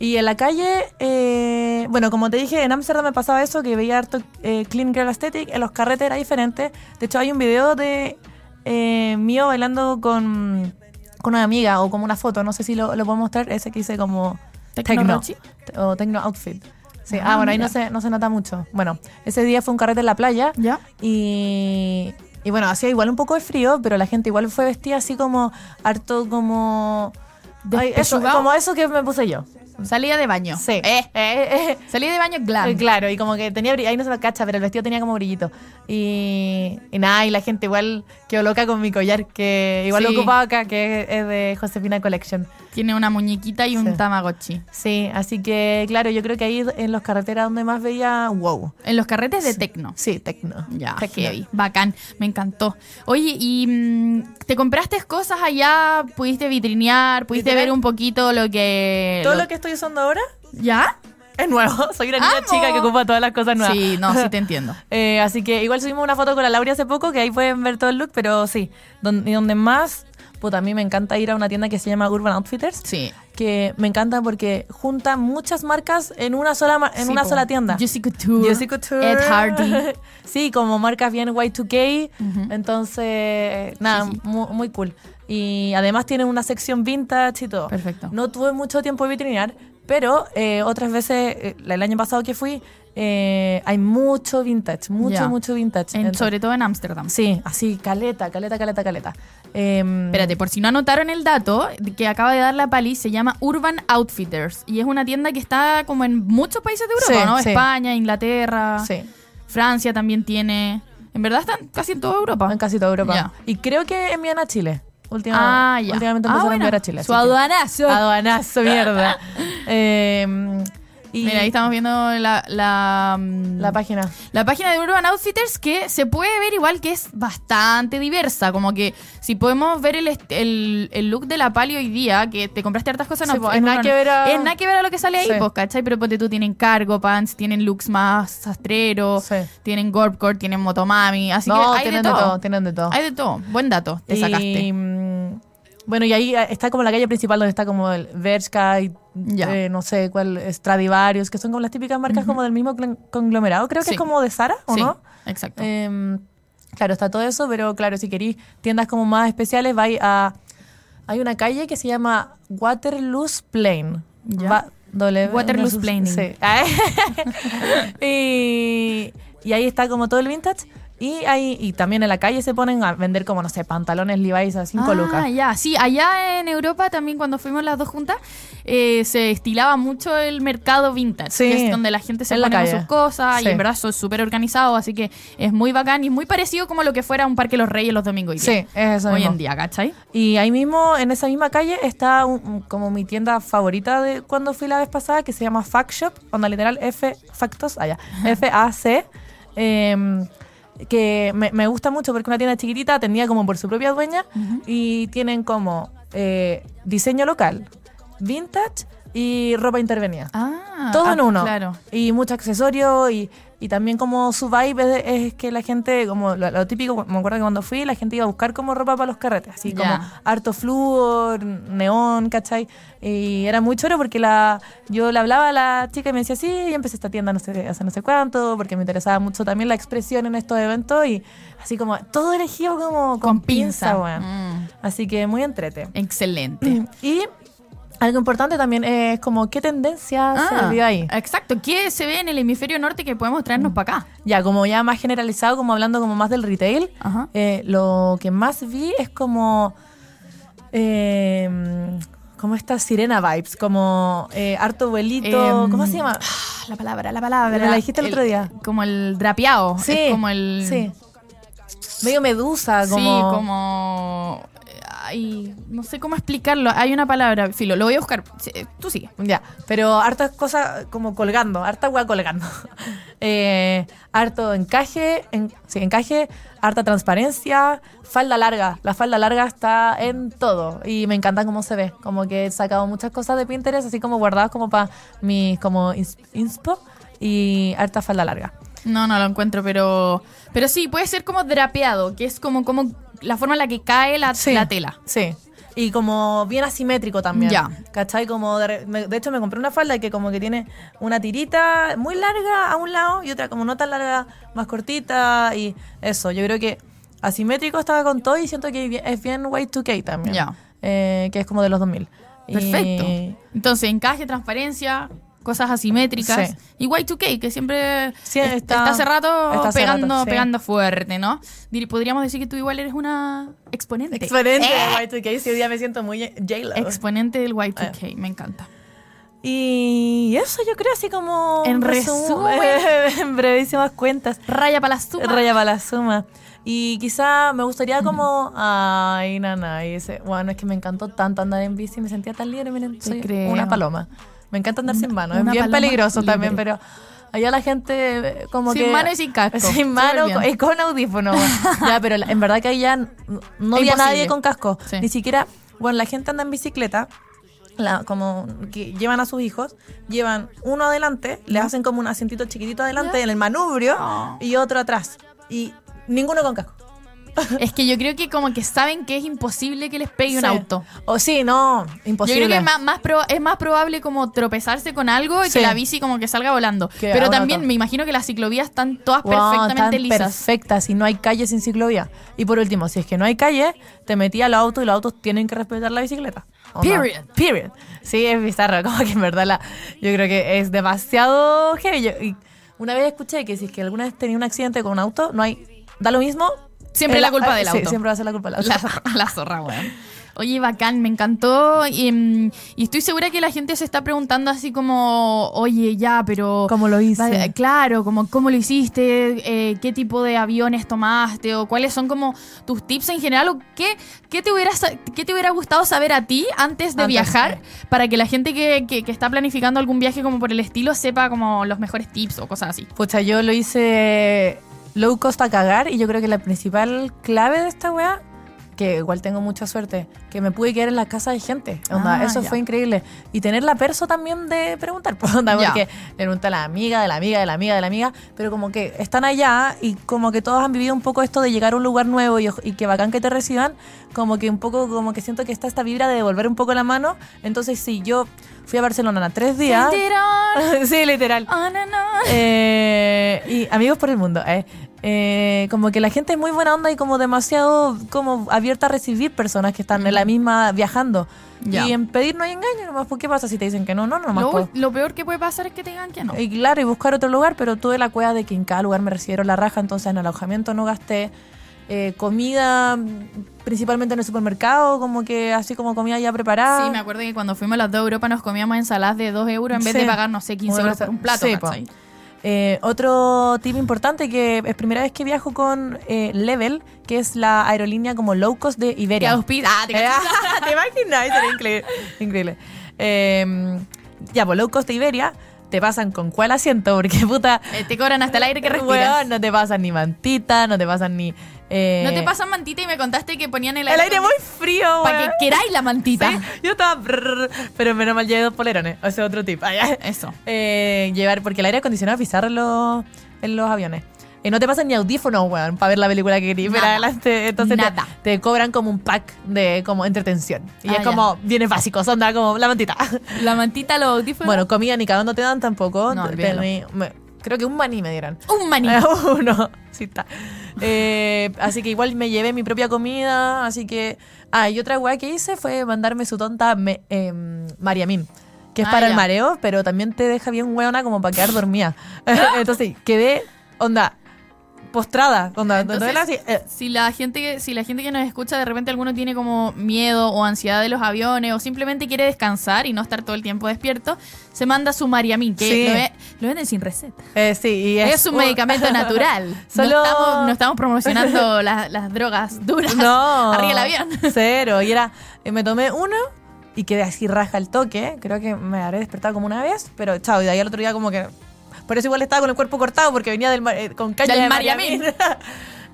Speaker 3: Y en la calle, eh, bueno, como te dije, en Ámsterdam me pasaba eso, que veía harto eh, Clean Girl Aesthetic, en los carretes era diferente. De hecho, hay un video de eh, mío bailando con, con una amiga o como una foto, no sé si lo, lo puedo mostrar, ese que hice como
Speaker 2: ¿Tecno
Speaker 3: techno,
Speaker 2: Rochi?
Speaker 3: te- o Tecno Outfit. Sí.
Speaker 2: Ah,
Speaker 3: Ah, bueno, ahí
Speaker 2: mira.
Speaker 3: no se, no se nota mucho. Bueno, ese día fue un carrete en la playa.
Speaker 2: ¿Ya?
Speaker 3: Y, y bueno, hacía igual un poco de frío, pero la gente igual fue vestida así como harto como... Ay, eso,
Speaker 2: Despechugado.
Speaker 3: como eso que me puse yo.
Speaker 2: Salida de baño.
Speaker 3: Sí.
Speaker 2: Eh,
Speaker 3: Eh, eh,
Speaker 2: salida de baño
Speaker 3: eh,
Speaker 2: glam.
Speaker 3: claro, y como que tenía bri- ahí no se lo cacha, pero el vestido tenía como brillito. Y, y nada, y la gente igual quedó loca con mi collar, que igual
Speaker 2: Sí.
Speaker 3: lo ocupaba acá, que es de Josefina Collection.
Speaker 2: Tiene una muñequita y un
Speaker 3: Sí.
Speaker 2: tamagotchi.
Speaker 3: Sí, así que claro, yo creo que ahí en los carreteras donde más veía, wow.
Speaker 2: En los carretes de tecno.
Speaker 3: Sí, tecno.
Speaker 2: Ya,
Speaker 3: Tecno.
Speaker 2: heavy. Bacán, me encantó. Oye, ¿y mm, te compraste cosas allá? ¿Pudiste vitrinear? ¿Pudiste
Speaker 3: Literal.
Speaker 2: ver un poquito lo que...
Speaker 3: Todo lo que estoy usando ahora
Speaker 2: ¿Ya?
Speaker 3: es nuevo. Soy una niña
Speaker 2: ¡Amo!
Speaker 3: chica que ocupa todas las cosas nuevas.
Speaker 2: Sí, no, sí te entiendo.
Speaker 3: Eh, así que igual subimos una foto con la Laura hace poco, que ahí pueden ver todo el look, pero sí, donde, donde más, pues a mí me encanta ir a una tienda que se llama Urban Outfitters,
Speaker 2: Sí.
Speaker 3: que me encanta porque junta muchas marcas en una sola, ma- en
Speaker 2: Sí,
Speaker 3: una
Speaker 2: po.
Speaker 3: sola tienda.
Speaker 2: Juicy Couture.
Speaker 3: Juicy Couture.
Speaker 2: Ed Hardy.
Speaker 3: sí, como marcas bien Y2K. Entonces, nada,
Speaker 2: Sí, sí.
Speaker 3: mu- Muy, cool. Y además tienen una sección vintage y todo.
Speaker 2: Perfecto.
Speaker 3: No tuve mucho tiempo de vitrinear, pero eh, otras veces, eh, el año pasado que fui, eh, hay mucho vintage, mucho,
Speaker 2: Ya.
Speaker 3: mucho vintage.
Speaker 2: En-
Speaker 3: Entonces-
Speaker 2: sobre todo en Ámsterdam.
Speaker 3: Sí, así, caleta, caleta, caleta, caleta. Em,
Speaker 2: Espérate, por si no anotaron el dato de que acaba de dar la pali, se llama Urban Outfitters y es una tienda que está como en muchos países de Europa,
Speaker 3: Sí,
Speaker 2: ¿no?
Speaker 3: sí.
Speaker 2: España, Inglaterra,
Speaker 3: Sí,
Speaker 2: Francia también tiene. En verdad están casi en toda Europa.
Speaker 3: en casi toda Europa.
Speaker 2: Ya.
Speaker 3: Y creo que envían a Chile. Última,
Speaker 2: ah, ya.
Speaker 3: Últimamente
Speaker 2: Ah,
Speaker 3: empezaron
Speaker 2: bueno.
Speaker 3: a enviar a Chile.
Speaker 2: Su
Speaker 3: así que-
Speaker 2: aduanazo.
Speaker 3: Aduanazo, mierda. Em, y
Speaker 2: Mira, ahí estamos viendo la, la, mm,
Speaker 3: la página.
Speaker 2: La página de Urban Outfitters que se puede ver igual que es bastante diversa. Como que si podemos ver el, est- el, el look de la Pali hoy día, que te compraste hartas cosas,
Speaker 3: Sí,
Speaker 2: no,
Speaker 3: po, es nada que ver a-
Speaker 2: es nada que ver a lo que sale ahí,
Speaker 3: Sí.
Speaker 2: pues, ¿cachai? Pero ponte tú, tienen cargo pants, tienen looks más sastreros,
Speaker 3: Sí.
Speaker 2: tienen gorpcore, tienen motomami, así
Speaker 3: no,
Speaker 2: que hay de
Speaker 3: tienen
Speaker 2: todo.
Speaker 3: tienen de todo.
Speaker 2: Hay de todo. Buen dato, te
Speaker 3: Y,
Speaker 2: sacaste.
Speaker 3: mm, bueno, y ahí eh, está como la calle principal donde está como el Bershka y
Speaker 2: Ya.
Speaker 3: eh, no sé cuál, Stradivarius, que son como las típicas marcas como del mismo clon- conglomerado. Creo que
Speaker 2: Sí.
Speaker 3: es como de Sara, ¿o
Speaker 2: sí,
Speaker 3: no?
Speaker 2: exacto.
Speaker 3: Em, claro, está todo eso, pero claro, si queréis tiendas como más especiales, vais a. Hay una calle que se llama Waterloo Plain.
Speaker 2: Ya.
Speaker 3: Va- doble-
Speaker 2: Waterloo
Speaker 3: no sé-
Speaker 2: Plain.
Speaker 3: Sí. Ah. y, y ahí está como todo el vintage. Y, ahí, y también en la calle se ponen a vender como, no sé, pantalones Levi's a 5
Speaker 2: ah,
Speaker 3: lucas.
Speaker 2: ya, sí, allá en Europa también cuando fuimos las dos juntas eh, se estilaba mucho el mercado vintage,
Speaker 3: Sí,
Speaker 2: que es donde la gente se
Speaker 3: en
Speaker 2: pone
Speaker 3: la
Speaker 2: con
Speaker 3: calle.
Speaker 2: sus cosas y
Speaker 3: Sí.
Speaker 2: en verdad son súper organizados, así que es muy bacán y es muy parecido como lo que fuera un Parque Los Reyes los domingos y
Speaker 3: Sí, es eso
Speaker 2: hoy
Speaker 3: mismo.
Speaker 2: en día, ¿cachai?
Speaker 3: Y ahí mismo, en esa misma calle, está un- un- como mi tienda favorita de cuando fui la vez pasada, que se llama Fact Shop, onda literal F, Factos, allá, F-A-C, em, que me, me gusta mucho porque es una tienda chiquitita, atendida como por su propia dueña, y tienen como eh, diseño local, vintage y ropa intervenida.
Speaker 2: Ah,
Speaker 3: Todo en
Speaker 2: ah,
Speaker 3: uno.
Speaker 2: Claro.
Speaker 3: Y mucho accesorio y, y también como su vibe es, de- es que la gente, como lo, lo típico, me acuerdo que cuando fui la gente iba a buscar como ropa para los carretes, así como
Speaker 2: Ya.
Speaker 3: harto flúor, neón, ¿cachai? Y era muy choro porque la yo le hablaba a la chica y me decía, sí, yo empecé esta tienda no sé, hace no sé cuánto, porque me interesaba mucho también la expresión en estos eventos y así como todo elegido como con,
Speaker 2: Con
Speaker 3: pinza,
Speaker 2: pinza.
Speaker 3: weón. Mm,
Speaker 2: Mm,
Speaker 3: Así que muy entrete.
Speaker 2: excelente.
Speaker 3: Y algo importante también es como qué tendencia se
Speaker 2: Ah,
Speaker 3: vio ahí.
Speaker 2: Exacto, ¿qué se ve en el hemisferio norte que podemos
Speaker 3: Mm.
Speaker 2: traernos para acá?
Speaker 3: Ya, como ya más generalizado, como hablando como más del retail,
Speaker 2: Ajá.
Speaker 3: eh, lo que más vi es como... eh, como estas sirena vibes, como eh, harto abuelito,
Speaker 2: Em,
Speaker 3: ¿cómo se llama?
Speaker 2: La palabra, la palabra.
Speaker 3: Pero la dijiste el otro día.
Speaker 2: Como el drapeado.
Speaker 3: Sí,
Speaker 2: es como el.
Speaker 3: Sí. Medio
Speaker 2: Ah,
Speaker 3: medusa, como...
Speaker 2: Sí, como. eh, Ay, no sé cómo explicarlo. Hay una palabra, filo, lo voy a buscar. Sí, eh, Tú sigue.
Speaker 3: Ya, pero hartas cosas como colgando, harta hueá colgando. Eh, harto encaje, en- sí, encaje, harta transparencia, falda larga. La falda larga está en todo y me encanta cómo se ve. Como que he sacado muchas cosas de Pinterest, así como guardadas como para mis como ins- inspo y harta falda larga.
Speaker 2: No, no lo encuentro, pero. Pero sí, puede ser como drapeado, que es como, como la forma en la que cae la, la tela.
Speaker 3: Sí. Y como bien asimétrico también.
Speaker 2: Ya.
Speaker 3: ¿Cachai? Como de, re- me- de hecho me compré una falda que como que tiene una tirita muy larga a un lado y otra como no tan larga, más cortita y eso. Yo creo que asimétrico estaba con todo y siento que bien- es bien Y2K también.
Speaker 2: Ya.
Speaker 3: Eh, que es como de los 2000. Y-
Speaker 2: Perfecto. Eh, Entonces, encaje, transparencia, cosas asimétricas.
Speaker 3: Sí.
Speaker 2: Y Y2K, que siempre
Speaker 3: Sí,
Speaker 2: es-
Speaker 3: está-
Speaker 2: hace rato
Speaker 3: está hace
Speaker 2: pegando,
Speaker 3: rato, sí.
Speaker 2: pegando fuerte, ¿no? Dir- Podríamos decir que tú igual eres una exponente.
Speaker 3: Exponente
Speaker 2: Eh,
Speaker 3: de Y2K, sí, hoy día me siento muy J-Lo.
Speaker 2: exponente del
Speaker 3: Eh.
Speaker 2: Y2K, me encanta.
Speaker 3: Y eso yo creo así como...
Speaker 2: En
Speaker 3: un resumo-
Speaker 2: resumen.
Speaker 3: en brevísimas cuentas.
Speaker 2: Raya para la suma.
Speaker 3: Raya para la suma. Y quizá me gustaría como. Ay, nana. Y ese, bueno, es que me encantó tanto andar en bici. Me sentía tan libre. Miren, soy
Speaker 2: creo.
Speaker 3: una paloma. Me encanta andar sin mano. Es
Speaker 2: una
Speaker 3: bien
Speaker 2: paloma
Speaker 3: peligroso
Speaker 2: libre.
Speaker 3: también, pero. Allá la gente eh, como
Speaker 2: Sin
Speaker 3: que...
Speaker 2: mano y sin casco. Súper
Speaker 3: Sin mano
Speaker 2: bien.
Speaker 3: y con audífono. ya, pero la- en verdad que allá n- no
Speaker 2: Es
Speaker 3: había nadie
Speaker 2: imposible.
Speaker 3: con casco.
Speaker 2: Sí.
Speaker 3: Ni siquiera... Bueno, la gente anda en bicicleta, la- como que llevan a sus hijos, llevan uno adelante, les hacen como un asientito chiquitito adelante en el manubrio
Speaker 2: Oh.
Speaker 3: y otro atrás. Y ninguno con casco.
Speaker 2: Es que yo creo que como que saben que es imposible que les pegue un
Speaker 3: Sí.
Speaker 2: auto.
Speaker 3: O sí, no, imposible.
Speaker 2: Yo creo que más, más proba- es más probable como tropezarse con algo y que
Speaker 3: Sí.
Speaker 2: la bici como que salga volando.
Speaker 3: Que a
Speaker 2: Pero
Speaker 3: un
Speaker 2: también
Speaker 3: auto.
Speaker 2: me imagino que las ciclovías están todas
Speaker 3: Wow,
Speaker 2: perfectamente
Speaker 3: están
Speaker 2: lisas.
Speaker 3: perfectas y no hay calle sin ciclovía. Y por último, si es que no hay calle, te metí al auto y los autos tienen que respetar la bicicleta. ¿O no?
Speaker 2: Period.
Speaker 3: Period. Sí, es bizarro, como que en verdad la, yo creo que es demasiado heavy. Yo- y Una vez escuché que si es que alguna vez tenía un accidente con un auto, no hay. Da lo mismo.
Speaker 2: Siempre
Speaker 3: eh,
Speaker 2: la culpa
Speaker 3: eh,
Speaker 2: del
Speaker 3: sí,
Speaker 2: auto.
Speaker 3: siempre va a ser la culpa del auto.
Speaker 2: La, la zorra, weón. Oye, bacán, me encantó. Y, mm, y estoy segura que la gente se está preguntando así como, oye, ya, pero.
Speaker 3: Como lo hice.
Speaker 2: Vale, Claro, como cómo lo hiciste, eh, qué tipo de aviones tomaste, o cuáles son como tus tips en general, o qué, qué, te, hubiera, sa- qué te hubiera gustado saber a ti antes de
Speaker 3: Antes,
Speaker 2: viajar, para que la gente que, que- que está planificando algún viaje como por el estilo sepa como los mejores tips o cosas así.
Speaker 3: Pucha, yo lo hice low cost a cagar y yo creo que la principal clave de esta weá, que igual tengo mucha suerte, que me pude quedar en la casa de gente. Onda,
Speaker 2: Ah,
Speaker 3: eso
Speaker 2: ya.
Speaker 3: fue increíble. Y tener la perso también de preguntar, pues, onda,
Speaker 2: Ya.
Speaker 3: porque le pregunta a la amiga, de la amiga, de la amiga, de la amiga, pero como que están allá y como que todos han vivido un poco esto de llegar a un lugar nuevo y, y que bacán que te reciban, como que un poco, como que siento que está esta vibra de devolver un poco la mano. Entonces, si yo fui a Barcelona en tres días.
Speaker 2: Sentirán,
Speaker 3: sí, literal.
Speaker 2: ah, na, na.
Speaker 3: Eh, y amigos por el mundo. eh. Eh, como que la gente es muy buena onda y como demasiado como abierta a recibir personas que están en la misma viajando.
Speaker 2: Ya.
Speaker 3: Y en pedir no hay engaño nomás. ¿Por qué pasa si te dicen que no? No, nomás.
Speaker 2: Lo,
Speaker 3: pues.
Speaker 2: ul- lo peor que puede pasar es que te digan que no.
Speaker 3: Y claro, y buscar otro lugar, pero tuve la cueva de que en cada lugar me recibieron la raja, entonces en alojamiento no gasté. eh, comida, mm, principalmente en el supermercado, como que así como comida ya preparada.
Speaker 2: Sí, me acuerdo que cuando fuimos a las dos Europa nos comíamos ensaladas de 2 euros en vez
Speaker 3: Sí.
Speaker 2: de pagar, no sé, 15 euros por un plato.
Speaker 3: Sí,
Speaker 2: ¿cachai?
Speaker 3: po. Eh, otro tip importante que es primera vez que viajo con eh, Level, que es la aerolínea como low cost de
Speaker 2: Que
Speaker 3: Iberia.
Speaker 2: auspicia- ah, te
Speaker 3: Eh.
Speaker 2: cachai.
Speaker 3: ¿Te imaginas? Sería increíble. increíble. Eh, ya, pues low cost de Iberia, te pasan con cuál asiento, porque puta,
Speaker 2: Eh, te cobran hasta el aire que respiras.
Speaker 3: weón, no te pasan ni mantita, no te pasan ni... eh,
Speaker 2: No te pasan mantita y me contaste que ponían el
Speaker 3: El
Speaker 2: aire.
Speaker 3: aire, muy frío,
Speaker 2: Para que
Speaker 3: weón.
Speaker 2: queráis la mantita.
Speaker 3: Sí, yo estaba... brrr, pero menos mal llevé dos polerones, ese es otro tip. Ay, ay.
Speaker 2: Eso.
Speaker 3: Eh, llevar, porque el aire acondicionado es bizarro en los, en los aviones. Eh, no te pasan ni audífonos, weón, para ver la película que querías ver
Speaker 2: Nada.
Speaker 3: adelante. Entonces te-
Speaker 2: Nada.
Speaker 3: Te, cobran como un pack de como entretención. Y
Speaker 2: Ah,
Speaker 3: es
Speaker 2: ya.
Speaker 3: como, bienes básicos, onda como la mantita.
Speaker 2: La mantita, los audífonos.
Speaker 3: bueno, comida ni cada no te dan tampoco.
Speaker 2: No,
Speaker 3: Te-
Speaker 2: olvídalo.
Speaker 3: tení- me- creo que un maní me dieron.
Speaker 2: un maní.
Speaker 3: Ah. Uno, sí está. Eh, así que igual me llevé mi propia comida, así que... Ah, y otra weá que hice fue mandarme su tonta me, em, Mariamín, que es
Speaker 2: Ah,
Speaker 3: para el
Speaker 2: ya.
Speaker 3: mareo, pero también te deja bien hueona como para quedar dormida. Entonces quedé, onda, postrada, onda,
Speaker 2: Entonces,
Speaker 3: no era así, eh,
Speaker 2: Si la gente que, si la gente que nos escucha de repente alguno tiene como miedo o ansiedad de los aviones o simplemente quiere descansar y no estar todo el tiempo despierto, se manda su Mariamín, que
Speaker 3: Sí.
Speaker 2: lo, ve- lo venden sin receta.
Speaker 3: eh, sí, y
Speaker 2: Es, un medicamento natural.
Speaker 3: Solo-
Speaker 2: No, estamos, no estamos promocionando las, las drogas duras.
Speaker 3: No.
Speaker 2: Arriba el avión.
Speaker 3: Cero. Y era, eh, me tomé uno y quedé así raja el toque. Creo que me habré despertado como una vez, pero chao. Y de ahí al otro día como que... Por eso igual estaba con el cuerpo cortado porque venía del, mar- eh, con caña
Speaker 2: Del
Speaker 3: de
Speaker 2: Mariamín.
Speaker 3: Mariamín.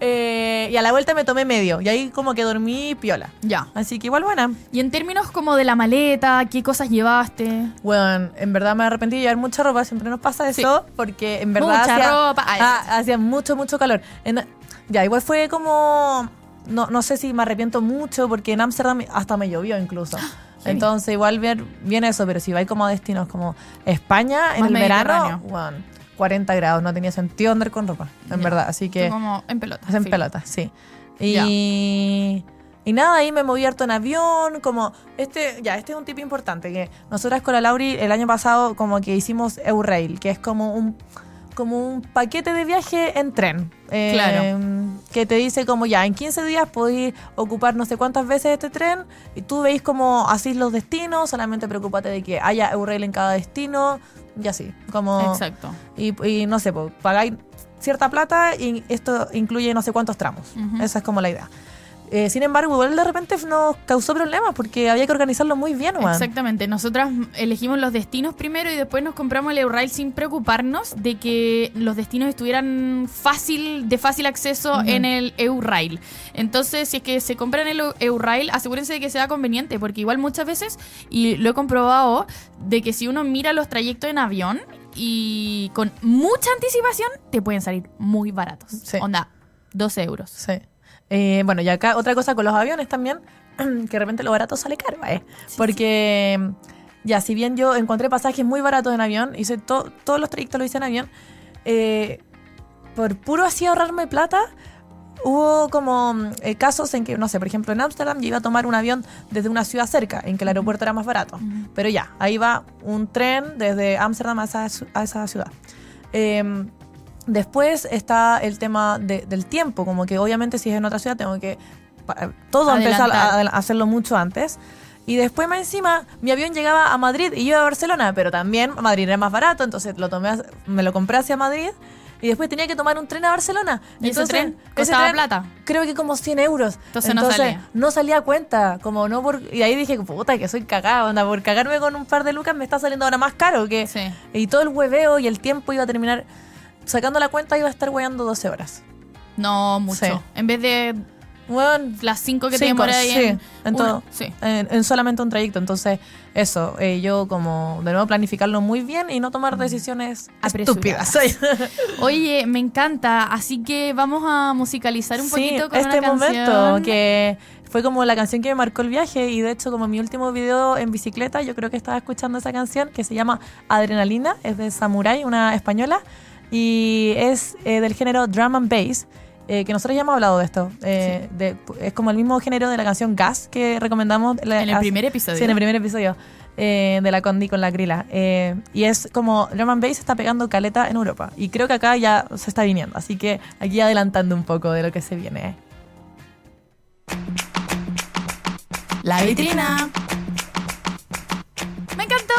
Speaker 3: Eh, y a la vuelta me tomé medio. Y ahí como que dormí piola.
Speaker 2: Ya.
Speaker 3: Así que igual buena.
Speaker 2: Y en términos como de la maleta, ¿qué cosas llevaste?
Speaker 3: Bueno, en verdad me arrepentí de llevar mucha ropa, siempre nos pasa eso, porque en verdad
Speaker 2: Mucha
Speaker 3: hacía,
Speaker 2: ropa. Ay,
Speaker 3: ah, hacía mucho, mucho calor. En- ya, igual fue como, no, no sé si me arrepiento mucho, porque en Ámsterdam hasta me llovió incluso.
Speaker 2: Ah,
Speaker 3: Entonces igual bien, bien eso, pero si vais como a destinos como España, en
Speaker 2: Más
Speaker 3: el verano,
Speaker 2: mediterráneo.
Speaker 3: bueno, 40 grados, no tenía sentido andar con ropa,
Speaker 2: Ya.
Speaker 3: en verdad. Así que...
Speaker 2: Tú como en pelota.
Speaker 3: Hacen
Speaker 2: sí.
Speaker 3: pelotas, sí. Y, y nada, ahí me moví harto en avión, como este, ya, este es un tip importante, que nosotras con la Lauri el año pasado como que hicimos Eurail, que es como un como un paquete de viaje en tren. eh,
Speaker 2: Claro.
Speaker 3: Que te dice como ya, en 15 días podéis ocupar no sé cuántas veces este tren y tú veis como así los destinos, solamente preocúpate de que haya Eurail en cada destino y así, como
Speaker 2: Exacto.
Speaker 3: y, y no sé, po, pagáis cierta plata y esto incluye no sé cuántos tramos.
Speaker 2: Ujú.
Speaker 3: Esa es como la idea. Eh, sin embargo, igual de repente nos causó problemas porque había que organizarlo muy bien, weón.
Speaker 2: Exactamente. Nosotras elegimos los destinos primero y después nos compramos el Eurail sin preocuparnos de que los destinos estuvieran fácil, de fácil acceso en el Eurail. Entonces, si es que se compran el Eu- Eurail, asegúrense de que sea conveniente, porque igual muchas veces, y lo he comprobado, de que si uno mira los trayectos en avión y con mucha anticipación, te pueden salir muy baratos.
Speaker 3: Sí.
Speaker 2: Onda, 12 euros.
Speaker 3: Sí. Eh, bueno, y acá otra cosa con los aviones también, que de repente lo barato sale caro, ¿eh? Porque mm, ya, si bien yo encontré pasajes muy baratos en avión, hice to- todos los trayectos lo hice en avión, eh, por puro así ahorrarme plata, hubo como mm, eh, casos en que, no sé, por ejemplo en Ámsterdam yo iba a tomar un avión desde una ciudad cerca, en que el aeropuerto era más barato. Pero ya, ahí va un tren desde Ámsterdam a esa, a esa ciudad. Eh, después está el tema de- del tiempo, como que obviamente si es en otra ciudad tengo que pa- eh, todo empezar a,
Speaker 2: Adelantar.
Speaker 3: a hacerlo mucho antes. Y después más encima, mi avión llegaba a Madrid y yo a Barcelona, pero también Madrid era más barato, entonces lo tomé, as- me lo compré hacia Madrid y después tenía que tomar un tren a Barcelona.
Speaker 2: Y ese
Speaker 3: Entonces,
Speaker 2: tren
Speaker 3: ese
Speaker 2: costaba
Speaker 3: tren
Speaker 2: plata.
Speaker 3: creo que como 100 euros.
Speaker 2: Entonces no salía.
Speaker 3: no salía a cuenta. Como no por, y ahí dije, puta, que soy cagada, onda, por cagarme con un par de lucas me está saliendo ahora más caro que...
Speaker 2: Sí.
Speaker 3: Y todo el hueveo y el tiempo iba a terminar, sacando la cuenta iba a estar hueando 12 horas.
Speaker 2: No, mucho.
Speaker 3: Sí.
Speaker 2: En vez de
Speaker 3: Hueón,
Speaker 2: las cinco que te
Speaker 3: Cinco,
Speaker 2: demoras ahí
Speaker 3: sí,
Speaker 2: en,
Speaker 3: en todo.
Speaker 2: una- Sí.
Speaker 3: en, en solamente un trayecto. Entonces, eso, eh, yo como de nuevo planificarlo muy bien y no tomar decisiones
Speaker 2: Mm. Apresuradas.
Speaker 3: estúpidas.
Speaker 2: Oye, me encanta. Así que vamos a musicalizar un
Speaker 3: sí,
Speaker 2: poquito con
Speaker 3: este
Speaker 2: una
Speaker 3: momento
Speaker 2: canción.
Speaker 3: que fue como la canción que me marcó el viaje y de hecho como mi último video en bicicleta yo creo que estaba escuchando esa canción que se llama Adrenalina, es de Samurai, una española y es eh, del género drum and bass. eh, que nosotros ya hemos hablado de esto. eh, de- es como el mismo género de la canción Gas que recomendamos. la-
Speaker 2: En el
Speaker 3: hace-
Speaker 2: primer episodio.
Speaker 3: Sí, en el primer episodio eh, de la Condi con la Grila. Eh, y es como drum and bass está pegando caleta en Europa. Y creo que acá ya se está viniendo. Así que aquí adelantando un poco de lo que se viene.
Speaker 4: La vitrina.
Speaker 2: ¡Me encantó!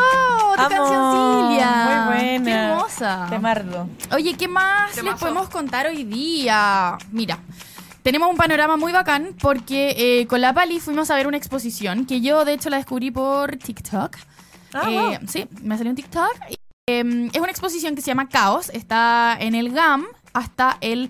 Speaker 2: ¡Tu
Speaker 3: Amo.
Speaker 2: canción, Silvia!
Speaker 3: Muy buena.
Speaker 2: ¡Qué hermosa!
Speaker 3: Te mardo.
Speaker 2: Oye, ¿qué más les podemos contar hoy día? Mira, tenemos un panorama muy bacán porque eh, con la Pali fuimos a ver una exposición que yo de hecho la descubrí por TikTok.
Speaker 3: Ah,
Speaker 2: Eh,
Speaker 3: wow.
Speaker 2: Sí, me salió un TikTok. Y, eh, es una exposición que se llama Caos, está en el GAM hasta el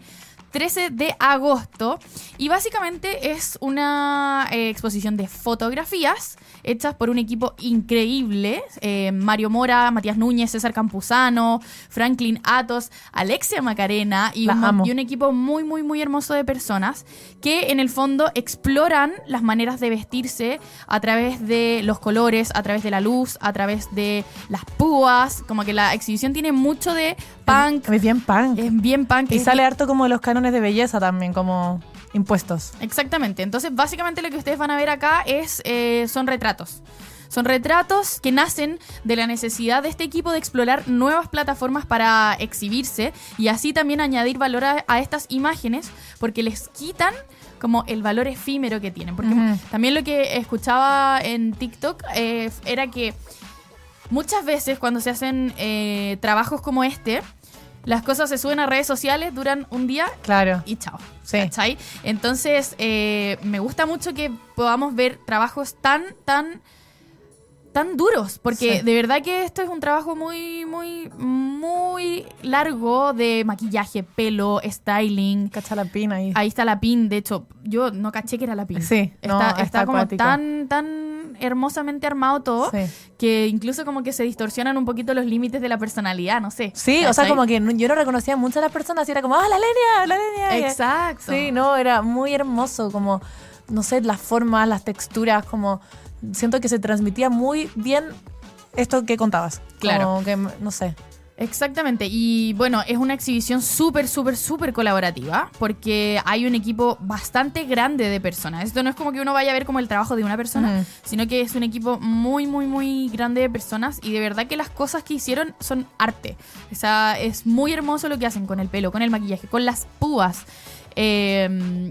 Speaker 2: 13 de agosto y básicamente es una eh, exposición de fotografías hechas por un equipo increíble, eh, Mario Mora, Matías Núñez, César Campuzano, Franklin Atos, Alexia Macarena y
Speaker 3: La
Speaker 2: un,
Speaker 3: amo.
Speaker 2: y un equipo muy, muy, muy hermoso de personas que en el fondo exploran las maneras de vestirse a través de los colores, a través de la luz, a través de las púas, como que la exhibición tiene mucho de punk,
Speaker 3: Es bien punk.
Speaker 2: es bien punk.
Speaker 3: y
Speaker 2: es
Speaker 3: sale harto como de los cánones de belleza también, como impuestos.
Speaker 2: Exactamente. Entonces, básicamente lo que ustedes van a ver acá es eh, son retratos. Son retratos que nacen de la necesidad de este equipo de explorar nuevas plataformas para exhibirse y así también añadir valor a, a estas imágenes porque les quitan como el valor efímero que tienen. Porque
Speaker 3: Ujú.
Speaker 2: también lo que escuchaba en TikTok eh, era que muchas veces cuando se hacen eh, trabajos como este, las cosas se suben a redes sociales, duran un día
Speaker 3: Claro.
Speaker 2: y chao.
Speaker 3: Sí.
Speaker 2: ¿cachai? Entonces, eh, me gusta mucho que podamos ver trabajos tan, tan, tan duros. Porque
Speaker 3: Sí.
Speaker 2: de verdad que esto es un trabajo muy, muy, muy largo de maquillaje, pelo, styling.
Speaker 3: Cachalapina y...
Speaker 2: Ahí está la pin, de hecho, yo no caché que era la pin.
Speaker 3: Sí,
Speaker 2: está,
Speaker 3: no,
Speaker 2: está
Speaker 3: está
Speaker 2: como
Speaker 3: acuático.
Speaker 2: tan, tan hermosamente armado todo
Speaker 3: Sí.
Speaker 2: que incluso como que se distorsionan un poquito los límites de la personalidad, no sé.
Speaker 3: Sí, o sea,
Speaker 2: ¿cachai?
Speaker 3: como que no- yo no reconocía mucho a las personas y era como, ¡ah, la Lenia! ¡La Lenia! Y-
Speaker 2: Exacto.
Speaker 3: Sí, no, era muy hermoso, como, no sé, las formas, las texturas, como, siento que se transmitía muy bien esto que contabas.
Speaker 2: Claro.
Speaker 3: Como que, no sé.
Speaker 2: Exactamente, y bueno, es una exhibición súper, súper, súper colaborativa, porque hay un equipo bastante grande de personas. Esto no es como que uno vaya a ver como el trabajo de una persona,
Speaker 3: Ujú.
Speaker 2: sino que es un equipo muy, muy, muy grande de personas, y de verdad que las cosas que hicieron son arte. O sea, es muy hermoso lo que hacen con el pelo, con el maquillaje, con las púas. Eh,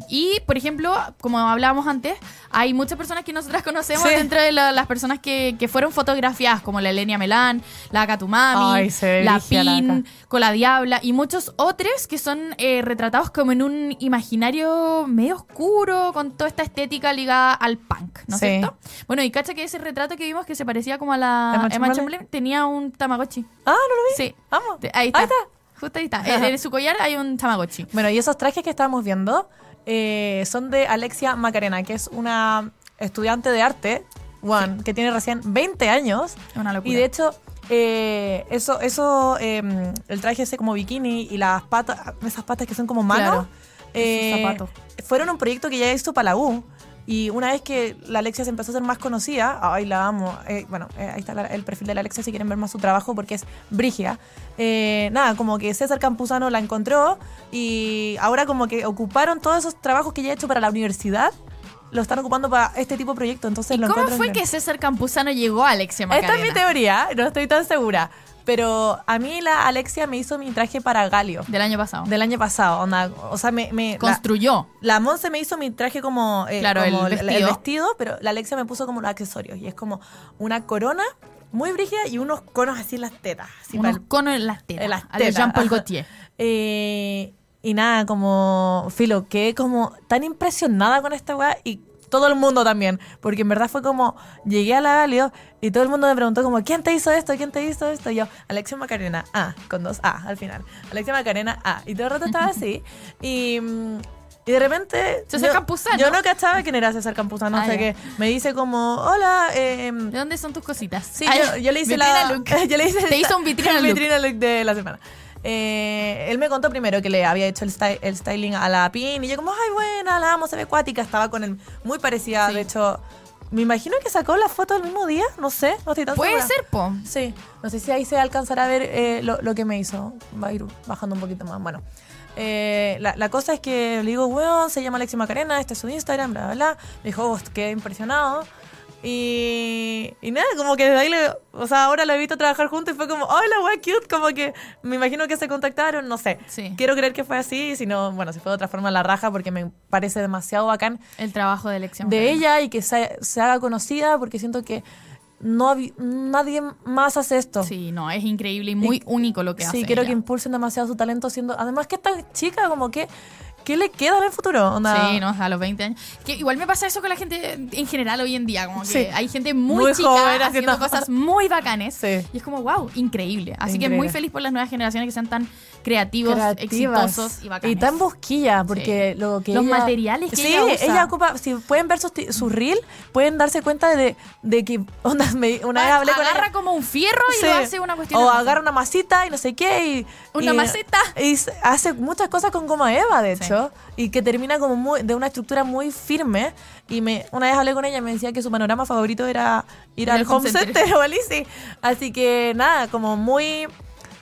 Speaker 2: y, por ejemplo, como hablábamos antes, hay muchas personas que nosotras conocemos
Speaker 3: Sí.
Speaker 2: dentro de la- las personas que, que fueron fotografiadas, como la Elenia Melán, la Katumami,
Speaker 3: Ay, se ve
Speaker 2: la
Speaker 3: brígida la
Speaker 2: Pin,
Speaker 3: Kat.
Speaker 2: Cola Diabla y muchos otros que son eh, retratados como en un imaginario medio oscuro, con toda esta estética ligada al punk, ¿no es
Speaker 3: Sí.
Speaker 2: cierto? Bueno, y cacha que ese retrato que vimos que se parecía como a la
Speaker 3: Emma
Speaker 2: Emma Chamberlain,
Speaker 3: Chamberlain.
Speaker 2: tenía un Tamagotchi.
Speaker 3: Ah, no lo vi.
Speaker 2: Sí.
Speaker 3: Vamos.
Speaker 2: Te- Ahí está.
Speaker 3: Ahí está.
Speaker 2: Justo ahí está. En, en su collar hay un Tamagotchi.
Speaker 3: Bueno, y esos trajes que estábamos viendo eh, son de Alexia Macarena, que es una estudiante de arte, Juan, que tiene recién 20 años.
Speaker 2: Es Una locura.
Speaker 3: Y de hecho, eh, eso, eso eh, el traje ese como bikini y las patas, esas patas que son como manos,
Speaker 2: Claro,
Speaker 3: eh,
Speaker 2: esos zapatos.
Speaker 3: fueron un proyecto que ya hizo para la U. Y una vez que la Alexia se empezó a ser más conocida, ay, la amo. eh, bueno, eh, ahí está la- el perfil de la Alexia si quieren ver más su trabajo porque es brígida. Eh, nada, como que César Campuzano la encontró y ahora como que ocuparon todos esos trabajos que ya ha hecho para la universidad lo están ocupando para este tipo de proyecto. Entonces
Speaker 2: ¿Y
Speaker 3: lo
Speaker 2: cómo
Speaker 3: encuentro
Speaker 2: fue
Speaker 3: genial.
Speaker 2: que César Campuzano llegó a Alexia
Speaker 3: Esta
Speaker 2: Macarena?
Speaker 3: es mi teoría, no estoy tan segura. Pero a mí la Alexia me hizo mi traje para Galio
Speaker 2: Del año pasado.
Speaker 3: del año pasado. onda, o sea, me. me- la-
Speaker 2: Construyó.
Speaker 3: la Monse me hizo mi traje como, eh,
Speaker 2: Claro, el
Speaker 3: como
Speaker 2: vestido.
Speaker 3: pero la Alexia me puso como los accesorios. Y es como una corona muy brígida y unos conos así en las tetas. así
Speaker 2: unos
Speaker 3: pa'l-
Speaker 2: conos en las tetas.
Speaker 3: en las
Speaker 2: a lo
Speaker 3: tetas.
Speaker 2: Jean-Paul Gaultier.
Speaker 3: Eh, y nada, como, filo, quedé como tan impresionada con esta weá y todo el mundo también. Porque en verdad fue como, llegué a la Galio y todo el mundo me preguntó como, ¿quién te hizo esto? ¿Quién te hizo esto? Y yo, Alexia Macarena, ah, con dos A al final. Alexia Macarena, ah. Y todo el rato estaba así. Y... mm, y de repente.
Speaker 2: César
Speaker 3: yo-
Speaker 2: Campuzano.
Speaker 3: Yo no cachaba quién era César Campuzano,
Speaker 2: Ah,
Speaker 3: hasta
Speaker 2: ya.
Speaker 3: que me dice como, hola, em,
Speaker 2: ¿De dónde son tus cositas?
Speaker 3: Sí,
Speaker 2: Ay,
Speaker 3: yo, yo le hice
Speaker 2: vitrina
Speaker 3: la.
Speaker 2: look.
Speaker 3: yo le hice
Speaker 2: Te hizo un vitrina look.
Speaker 3: vitrina look de la semana. Eh, él me contó primero que le había hecho el, sty- el styling a la pin y yo como, ay, buena, la amo, se ve acuática. Estaba con él muy parecida,
Speaker 2: Sí.
Speaker 3: de hecho. Me imagino que sacó la foto el mismo día, no sé, no estoy tan
Speaker 2: Puede
Speaker 3: segura.
Speaker 2: ser, po.
Speaker 3: Sí, no sé si ahí se alcanzará a ver eh, lo, lo que me hizo. Va a ir bajando un poquito más. Bueno, eh, la, la cosa es que le digo, weón, se llama Alexi Macarena, este es su Instagram, bla, bla, bla. Me dijo, "Oh, quedé impresionado. Y, y nada, como que desde ahí, le- o sea, ahora lo he visto trabajar juntos y fue como, ¡ay, la wea cute! Como que me imagino que se contactaron, no sé.
Speaker 2: Sí.
Speaker 3: Quiero creer que fue así, y si no, bueno, si fue de otra forma, la raja, porque me parece demasiado bacán
Speaker 2: El trabajo de elección.
Speaker 3: de ella y que se, se haga conocida porque siento que no habi- nadie más hace esto.
Speaker 2: Sí, no, es increíble y muy
Speaker 3: Y-
Speaker 2: único lo que hace.
Speaker 3: Sí, quiero que
Speaker 2: ella.
Speaker 3: impulsen demasiado su talento siendo... Además que esta chica como que... ¿Qué le queda en el futuro? Onda,
Speaker 2: Sí, no, a los 20 años. Que igual me pasa eso con la gente en general hoy en día, como que
Speaker 3: Sí.
Speaker 2: hay gente muy,
Speaker 3: Muy
Speaker 2: chica
Speaker 3: joven
Speaker 2: haciendo
Speaker 3: haciendo-
Speaker 2: cosas muy bacanes.
Speaker 3: Sí.
Speaker 2: Y es como, wow, increíble. Así que
Speaker 3: Increíble.
Speaker 2: muy feliz por las nuevas generaciones que sean tan creativos,
Speaker 3: creativas.
Speaker 2: exitosos y bacanes.
Speaker 3: Y tan bosquilla, porque
Speaker 2: Sí.
Speaker 3: lo que
Speaker 2: Los
Speaker 3: ella-
Speaker 2: materiales que
Speaker 3: Sí,
Speaker 2: ella usa.
Speaker 3: ocupa, si pueden ver su, ti- su reel, pueden darse cuenta de, de que, onda, me- una vez
Speaker 2: Ah,
Speaker 3: hablé con
Speaker 2: agarra
Speaker 3: ella.
Speaker 2: como un fierro y
Speaker 3: Sí.
Speaker 2: lo hace una cuestión.
Speaker 3: O
Speaker 2: hermosa.
Speaker 3: agarra una masita y no sé qué. Y,
Speaker 2: Una
Speaker 3: y-
Speaker 2: maceta.
Speaker 3: Y s- hace muchas cosas con goma eva, de
Speaker 2: Sí.
Speaker 3: hecho. Y que termina como muy, de una estructura muy firme. Y me, una vez hablé con ella y me decía que su panorama favorito era ir al home center, o al Easy. Así que nada, como muy.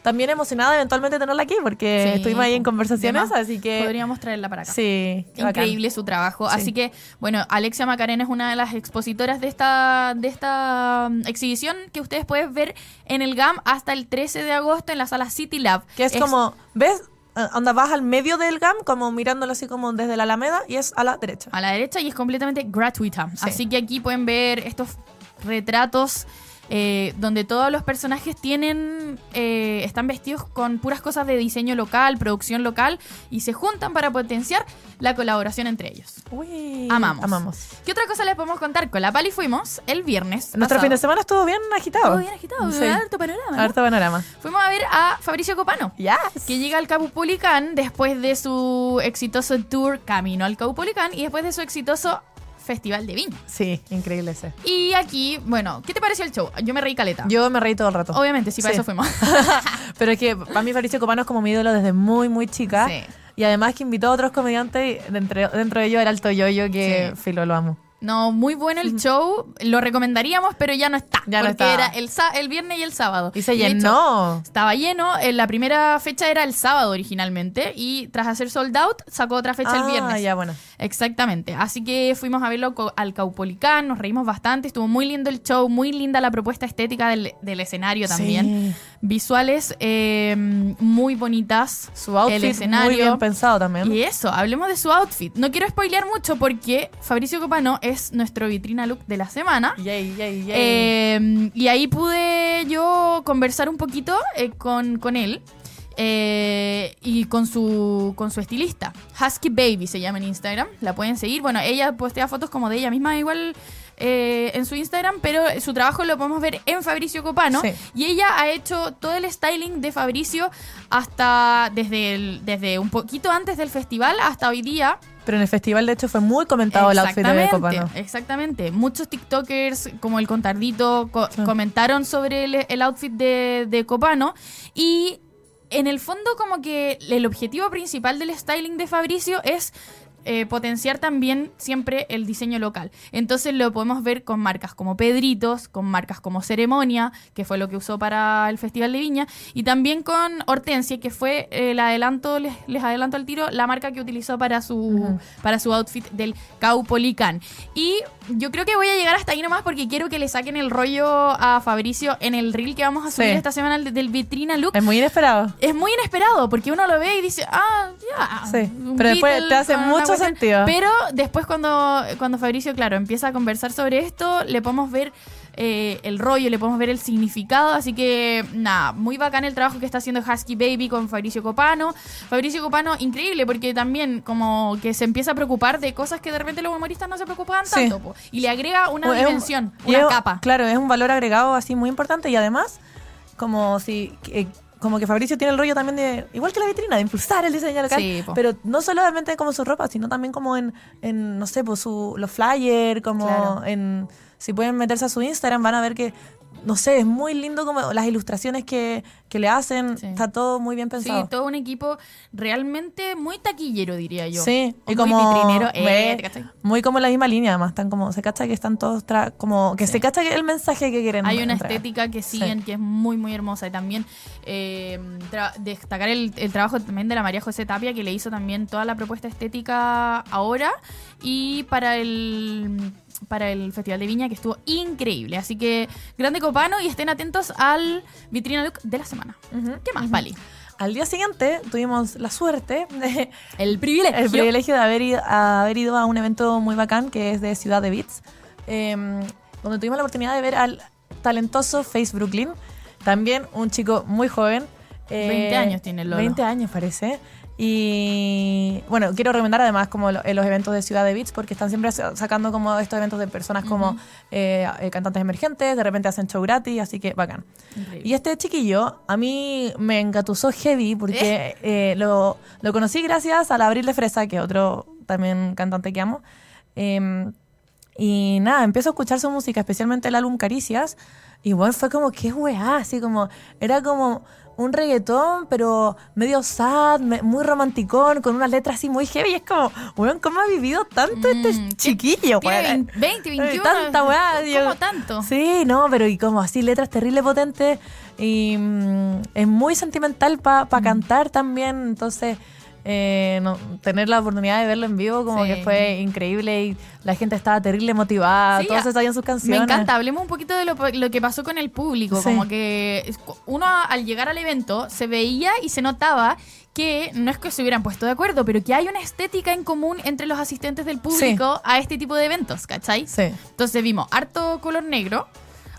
Speaker 3: También emocionada de eventualmente tenerla aquí porque
Speaker 2: Sí,
Speaker 3: estuvimos ahí en
Speaker 2: po,
Speaker 3: conversaciones,
Speaker 2: demás.
Speaker 3: así que.
Speaker 2: Podríamos traerla para acá.
Speaker 3: Sí, qué bacán.
Speaker 2: Increíble su trabajo.
Speaker 3: Sí.
Speaker 2: Así que, bueno, Alexia Macarena es una de las expositoras de esta, de esta mm, exhibición que ustedes pueden ver en el GAM hasta el 13 de agosto en la sala City Lab.
Speaker 3: Que es, como, ¿ves? Eh, Onda, vas al medio del GAM, como mirándolo así como desde la Alameda y es a la derecha.
Speaker 2: a la derecha y es completamente gratuita.
Speaker 3: Sí.
Speaker 2: Así que aquí pueden ver estos retratos eh, donde todos los personajes tienen eh, están vestidos con puras cosas de diseño local, producción local y se juntan para potenciar la colaboración entre ellos.
Speaker 3: Uy,
Speaker 2: Amamos.
Speaker 3: Amamos.
Speaker 2: ¿Qué otra cosa les podemos contar? Con la Pali fuimos el viernes.
Speaker 3: Nuestro fin de
Speaker 2: pasado.
Speaker 3: semana estuvo bien agitado.
Speaker 2: Estuvo bien agitado,
Speaker 3: Sí.
Speaker 2: ¿verdad? Harto panorama, ¿no?
Speaker 3: Harto panorama.
Speaker 2: Fuimos a ver a Fabricio Copano.
Speaker 3: Yes.
Speaker 2: Que llega al Caupolicán después de su exitoso tour Camino al Caupolicán y después de su exitoso Festival de Viña.
Speaker 3: Sí, increíble ese.
Speaker 2: Y aquí, bueno, ¿qué te pareció el show? Yo me reí caleta.
Speaker 3: Yo me reí todo el rato.
Speaker 2: Obviamente, sí, para
Speaker 3: Sí.
Speaker 2: eso fuimos.
Speaker 3: Pero es que para mí Fabricio Copano es como mi ídolo desde muy, muy chica.
Speaker 2: Sí.
Speaker 3: Y además que invitó a otros comediantes, y dentro, dentro de ellos era Alto Yoyo, que
Speaker 2: Sí.
Speaker 3: filo, lo amo.
Speaker 2: No, muy bueno el show. Lo recomendaríamos, pero ya no está.
Speaker 3: Ya no
Speaker 2: porque
Speaker 3: está.
Speaker 2: era el, sa- el viernes y el sábado.
Speaker 3: Y se
Speaker 2: de hecho,
Speaker 3: llenó.
Speaker 2: Estaba lleno, en la primera fecha era el sábado originalmente y tras hacer sold out sacó otra fecha el
Speaker 3: Ah,
Speaker 2: viernes.
Speaker 3: ya, bueno.
Speaker 2: Exactamente. Así que fuimos a verlo co- al Caupolicán, nos reímos bastante, estuvo muy lindo el show, muy linda la propuesta estética del, del escenario también.
Speaker 3: Sí.
Speaker 2: Visuales eh, muy bonitas.
Speaker 3: Su outfit
Speaker 2: el escenario.
Speaker 3: muy bien pensado también.
Speaker 2: Y eso, hablemos de su outfit. No quiero spoilear mucho porque Fabricio Copano es nuestro vitrina look de la semana.
Speaker 3: Yay, yay, yay.
Speaker 2: Eh, y ahí pude yo conversar un poquito eh, con, con él eh, y con su, con su estilista. Husky Baby se llama en Instagram. La pueden seguir. Bueno, ella postea fotos como de ella misma igual eh, en su Instagram, pero su trabajo lo podemos ver en Fabricio Copano.
Speaker 3: Sí.
Speaker 2: Y ella ha hecho todo el styling de Fabricio hasta desde, el- desde un poquito antes del festival hasta hoy día.
Speaker 3: Pero en el festival, de hecho, fue muy comentado el outfit de Copano.
Speaker 2: Exactamente. Muchos TikTokers, como el Contardito, co-
Speaker 3: Sí.
Speaker 2: comentaron sobre el, el outfit de, de Copano. Y en el fondo, como que el objetivo principal del styling de Fabricio es eh, potenciar también siempre el diseño local. Entonces lo podemos ver con marcas como Pedritos, con marcas como Ceremonia, que fue lo que usó para el Festival de Viña, y también con Hortensia, que fue eh, el adelanto, les, les adelanto al tiro, la marca que utilizó para su, para su outfit del Caupolicán. Y yo creo que voy a llegar hasta ahí nomás porque quiero que le saquen el rollo a Fabricio en el reel que vamos a subir
Speaker 3: Sí.
Speaker 2: esta semana del, del Vitrina Look
Speaker 3: Es muy inesperado.
Speaker 2: es muy inesperado porque uno lo ve y dice, ah, ya.
Speaker 3: Sí,
Speaker 2: un
Speaker 3: pero después
Speaker 2: Beatle
Speaker 3: te hace
Speaker 2: con
Speaker 3: mucho
Speaker 2: una cuestión".
Speaker 3: sentido.
Speaker 2: Pero después cuando, cuando Fabricio, claro, empieza a conversar sobre esto, le podemos ver eh, el rollo, le podemos ver el significado. Así que, nada, muy bacán el trabajo que está haciendo Husky Baby con Fabricio Copano. Fabricio Copano, increíble, porque también como que se empieza a preocupar de cosas que de repente los humoristas no se preocupaban
Speaker 3: Sí.
Speaker 2: tanto. po. Y le agrega una
Speaker 3: O Pues es un-
Speaker 2: dimensión,
Speaker 3: y
Speaker 2: una
Speaker 3: es-
Speaker 2: capa.
Speaker 3: Claro, es un valor agregado así muy importante y además, como si. eh, como que Fabricio tiene el rollo también de, igual que la vitrina, de impulsar el diseño local,
Speaker 2: Sí, po.
Speaker 3: pero no solamente como su ropa, sino también como en, en, no sé, pues su, los flyers, como
Speaker 2: Claro.
Speaker 3: en, si pueden meterse a su Instagram van a ver que, no sé, es muy lindo como las ilustraciones que, que le hacen,
Speaker 2: Sí.
Speaker 3: está todo muy bien
Speaker 2: Sí,
Speaker 3: pensado.
Speaker 2: todo un equipo realmente muy taquillero, diría yo.
Speaker 3: Sí,
Speaker 2: O muy
Speaker 3: y como
Speaker 2: vitrinero, eh,
Speaker 3: ve-
Speaker 2: ¿te cachai?
Speaker 3: muy como en la misma línea, además, están como se cacha que están todos tra- como que
Speaker 2: Sí.
Speaker 3: se cacha que el mensaje que quieren.
Speaker 2: Hay una
Speaker 3: entregar.
Speaker 2: estética que
Speaker 3: Sí.
Speaker 2: siguen que es muy, muy hermosa. Y también eh, tra- destacar el, el trabajo también de la María José Tapia, que le hizo también toda la propuesta estética ahora y para el para el Festival de Viña, que estuvo increíble. Así que, grande copano y estén atentos al Vitrina Look de la semana.
Speaker 3: Ujú.
Speaker 2: ¿Qué más, Pali?
Speaker 3: Al día siguiente tuvimos la suerte, de-
Speaker 2: El privilegio.
Speaker 3: el privilegio de haber ido, haber ido a un evento muy bacán que es de Ciudad de Beats, eh, donde tuvimos la oportunidad de ver al talentoso Face Brooklyn, también un chico muy joven. eh,
Speaker 2: 20 años tiene el Lolo.
Speaker 3: 20 años parece. Y bueno, quiero recomendar además como lo- en los eventos de Ciudad de Beats porque están siempre sa- sacando como estos eventos de personas como eh, eh, cantantes emergentes, de repente hacen show gratis, así que bacán.
Speaker 2: Increíble.
Speaker 3: Y este chiquillo a mí me engatusó heavy porque eh, lo, lo conocí gracias al Abril de Fresa, que es otro también cantante que amo. Eh, y nada, empiezo a escuchar su música, especialmente el álbum Caricias. Y bueno, fue como, qué weá, así como, era como un reggaetón, pero medio sad, me- muy romanticón, con unas letras así muy heavy. Y es como, weón, ¿cómo ha vivido tanto
Speaker 2: Mm,
Speaker 3: este chiquillo,
Speaker 2: Tiene
Speaker 3: weón?
Speaker 2: 20, 21.
Speaker 3: eh, Tanta weá,
Speaker 2: ¿Cómo
Speaker 3: Dios.
Speaker 2: tanto?
Speaker 3: Sí, no, pero y como así, letras terribles potentes. Y mm, es muy sentimental para
Speaker 2: Mm.
Speaker 3: cantar también. Entonces, eh, no, tener la oportunidad de verlo en vivo, como
Speaker 2: Sí.
Speaker 3: que fue increíble. Y la gente estaba terrible motivada.
Speaker 2: Sí,
Speaker 3: todos
Speaker 2: a-
Speaker 3: se sabían sus
Speaker 2: Me
Speaker 3: canciones.
Speaker 2: encanta, hablemos un poquito de lo, lo que pasó con el público.
Speaker 3: Sí.
Speaker 2: Como que es- uno a- al llegar al evento se veía y se notaba que no es que se hubieran puesto de acuerdo, pero que hay una estética en común entre los asistentes del público a este tipo de eventos, ¿cachai?
Speaker 3: Sí.
Speaker 2: Entonces vimos harto color negro,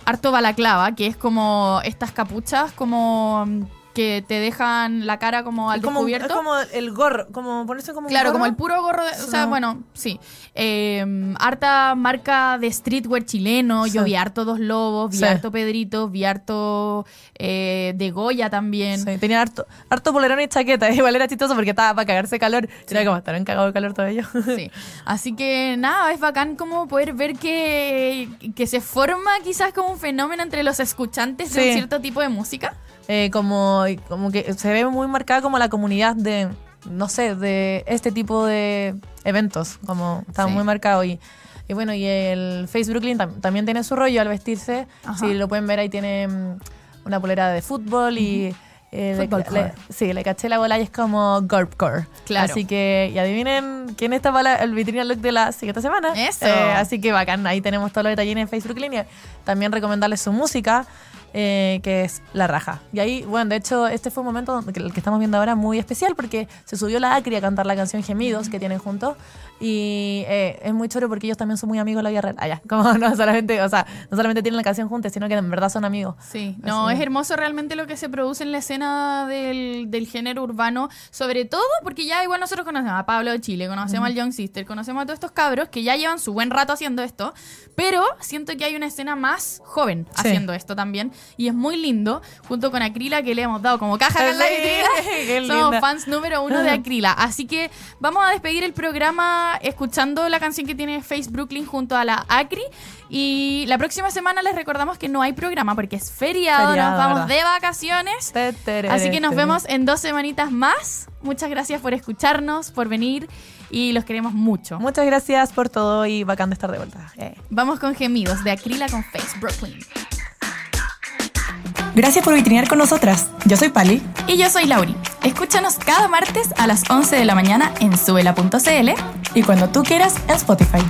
Speaker 2: harto balaclava, que es como estas capuchas como mm, que te dejan la cara como al
Speaker 3: Es como,
Speaker 2: descubierto.
Speaker 3: es como el gorro, como ponerse como un
Speaker 2: Claro, como el
Speaker 3: gorro.
Speaker 2: puro gorro. de- o sea,
Speaker 3: No.
Speaker 2: bueno, sí. Eh, harta marca de streetwear chileno. Yo
Speaker 3: Sí.
Speaker 2: vi harto Dos Lobos, vi
Speaker 3: Sí.
Speaker 2: harto Pedrito, vi harto eh, de Goya también.
Speaker 3: Sí, tenía harto, harto polerón y chaqueta. Igual era chistoso porque estaba para cagarse calor. Era como, estarán cagados de calor todos ellos.
Speaker 2: Sí. Así que nada, es bacán como poder ver que, que se forma quizás como un fenómeno entre los escuchantes de
Speaker 3: Sí.
Speaker 2: un cierto tipo de música.
Speaker 3: eh, como, como que se ve muy marcada como la comunidad de, no sé, de este tipo de eventos, como está
Speaker 2: Sí.
Speaker 3: muy marcado y, y bueno, y el Face Brooklyn tam- también tiene su rollo al vestirse,
Speaker 2: Ajá.
Speaker 3: si lo pueden ver ahí tiene mm, una polera de fútbol y... eh, le-
Speaker 2: Fútbol
Speaker 3: le,
Speaker 2: core.
Speaker 3: sí, le caché la bola y es como Gorpcore.
Speaker 2: Claro.
Speaker 3: Así que, y adivinen quién está para la- el vitrina look de la siguiente semana.
Speaker 2: Eso.
Speaker 3: así que bacán, ahí tenemos todos los detalles en Facebook Línea. También recomendarles su música, eh, que es La Raja. Y ahí, bueno, de hecho, este fue un momento, que- el que estamos viendo ahora, muy especial, porque se subió la Acri a cantar la canción Gemidos que tienen juntos. Y eh, es muy choro porque ellos también son muy amigos en la vida real. Allá, como no solamente, o sea, no solamente tienen la canción juntos, sino que en verdad son amigos.
Speaker 2: Sí, no,
Speaker 3: Así.
Speaker 2: es hermoso realmente lo que se produce en la escena del, del género urbano, sobre todo porque ya igual nosotros conocemos a Pablo de Chile, conocemos al Young Sister, conocemos a todos estos cabros que ya llevan su buen rato haciendo esto, pero siento que hay una escena más joven
Speaker 3: Sí.
Speaker 2: haciendo esto también, y es muy lindo, junto con Acrila que le hemos dado como caja acá en la
Speaker 3: Sí, qué
Speaker 2: vitrina. Somos
Speaker 3: linda.
Speaker 2: fans número uno
Speaker 3: Ah.
Speaker 2: de Acrila. Así que vamos a despedir el programa escuchando la canción que tiene Face Brooklyn junto a la Acri. Y la próxima semana les recordamos que no hay programa porque es feriado,
Speaker 3: Feriado,
Speaker 2: nos vamos
Speaker 3: ¿verdad?
Speaker 2: de vacaciones. Así que nos vemos en dos semanitas más. Muchas gracias por escucharnos, por venir y los queremos mucho.
Speaker 3: Muchas gracias por todo y bacán de estar de vuelta. Eh.
Speaker 2: Vamos con gemidos de Acrila con Face Brooklyn.
Speaker 4: Gracias por vitrinear con nosotras. Yo soy Pali.
Speaker 2: Y yo soy Lauri.
Speaker 4: Escúchanos cada martes a las 11 de la mañana en suela.cl y cuando tú quieras en Spotify.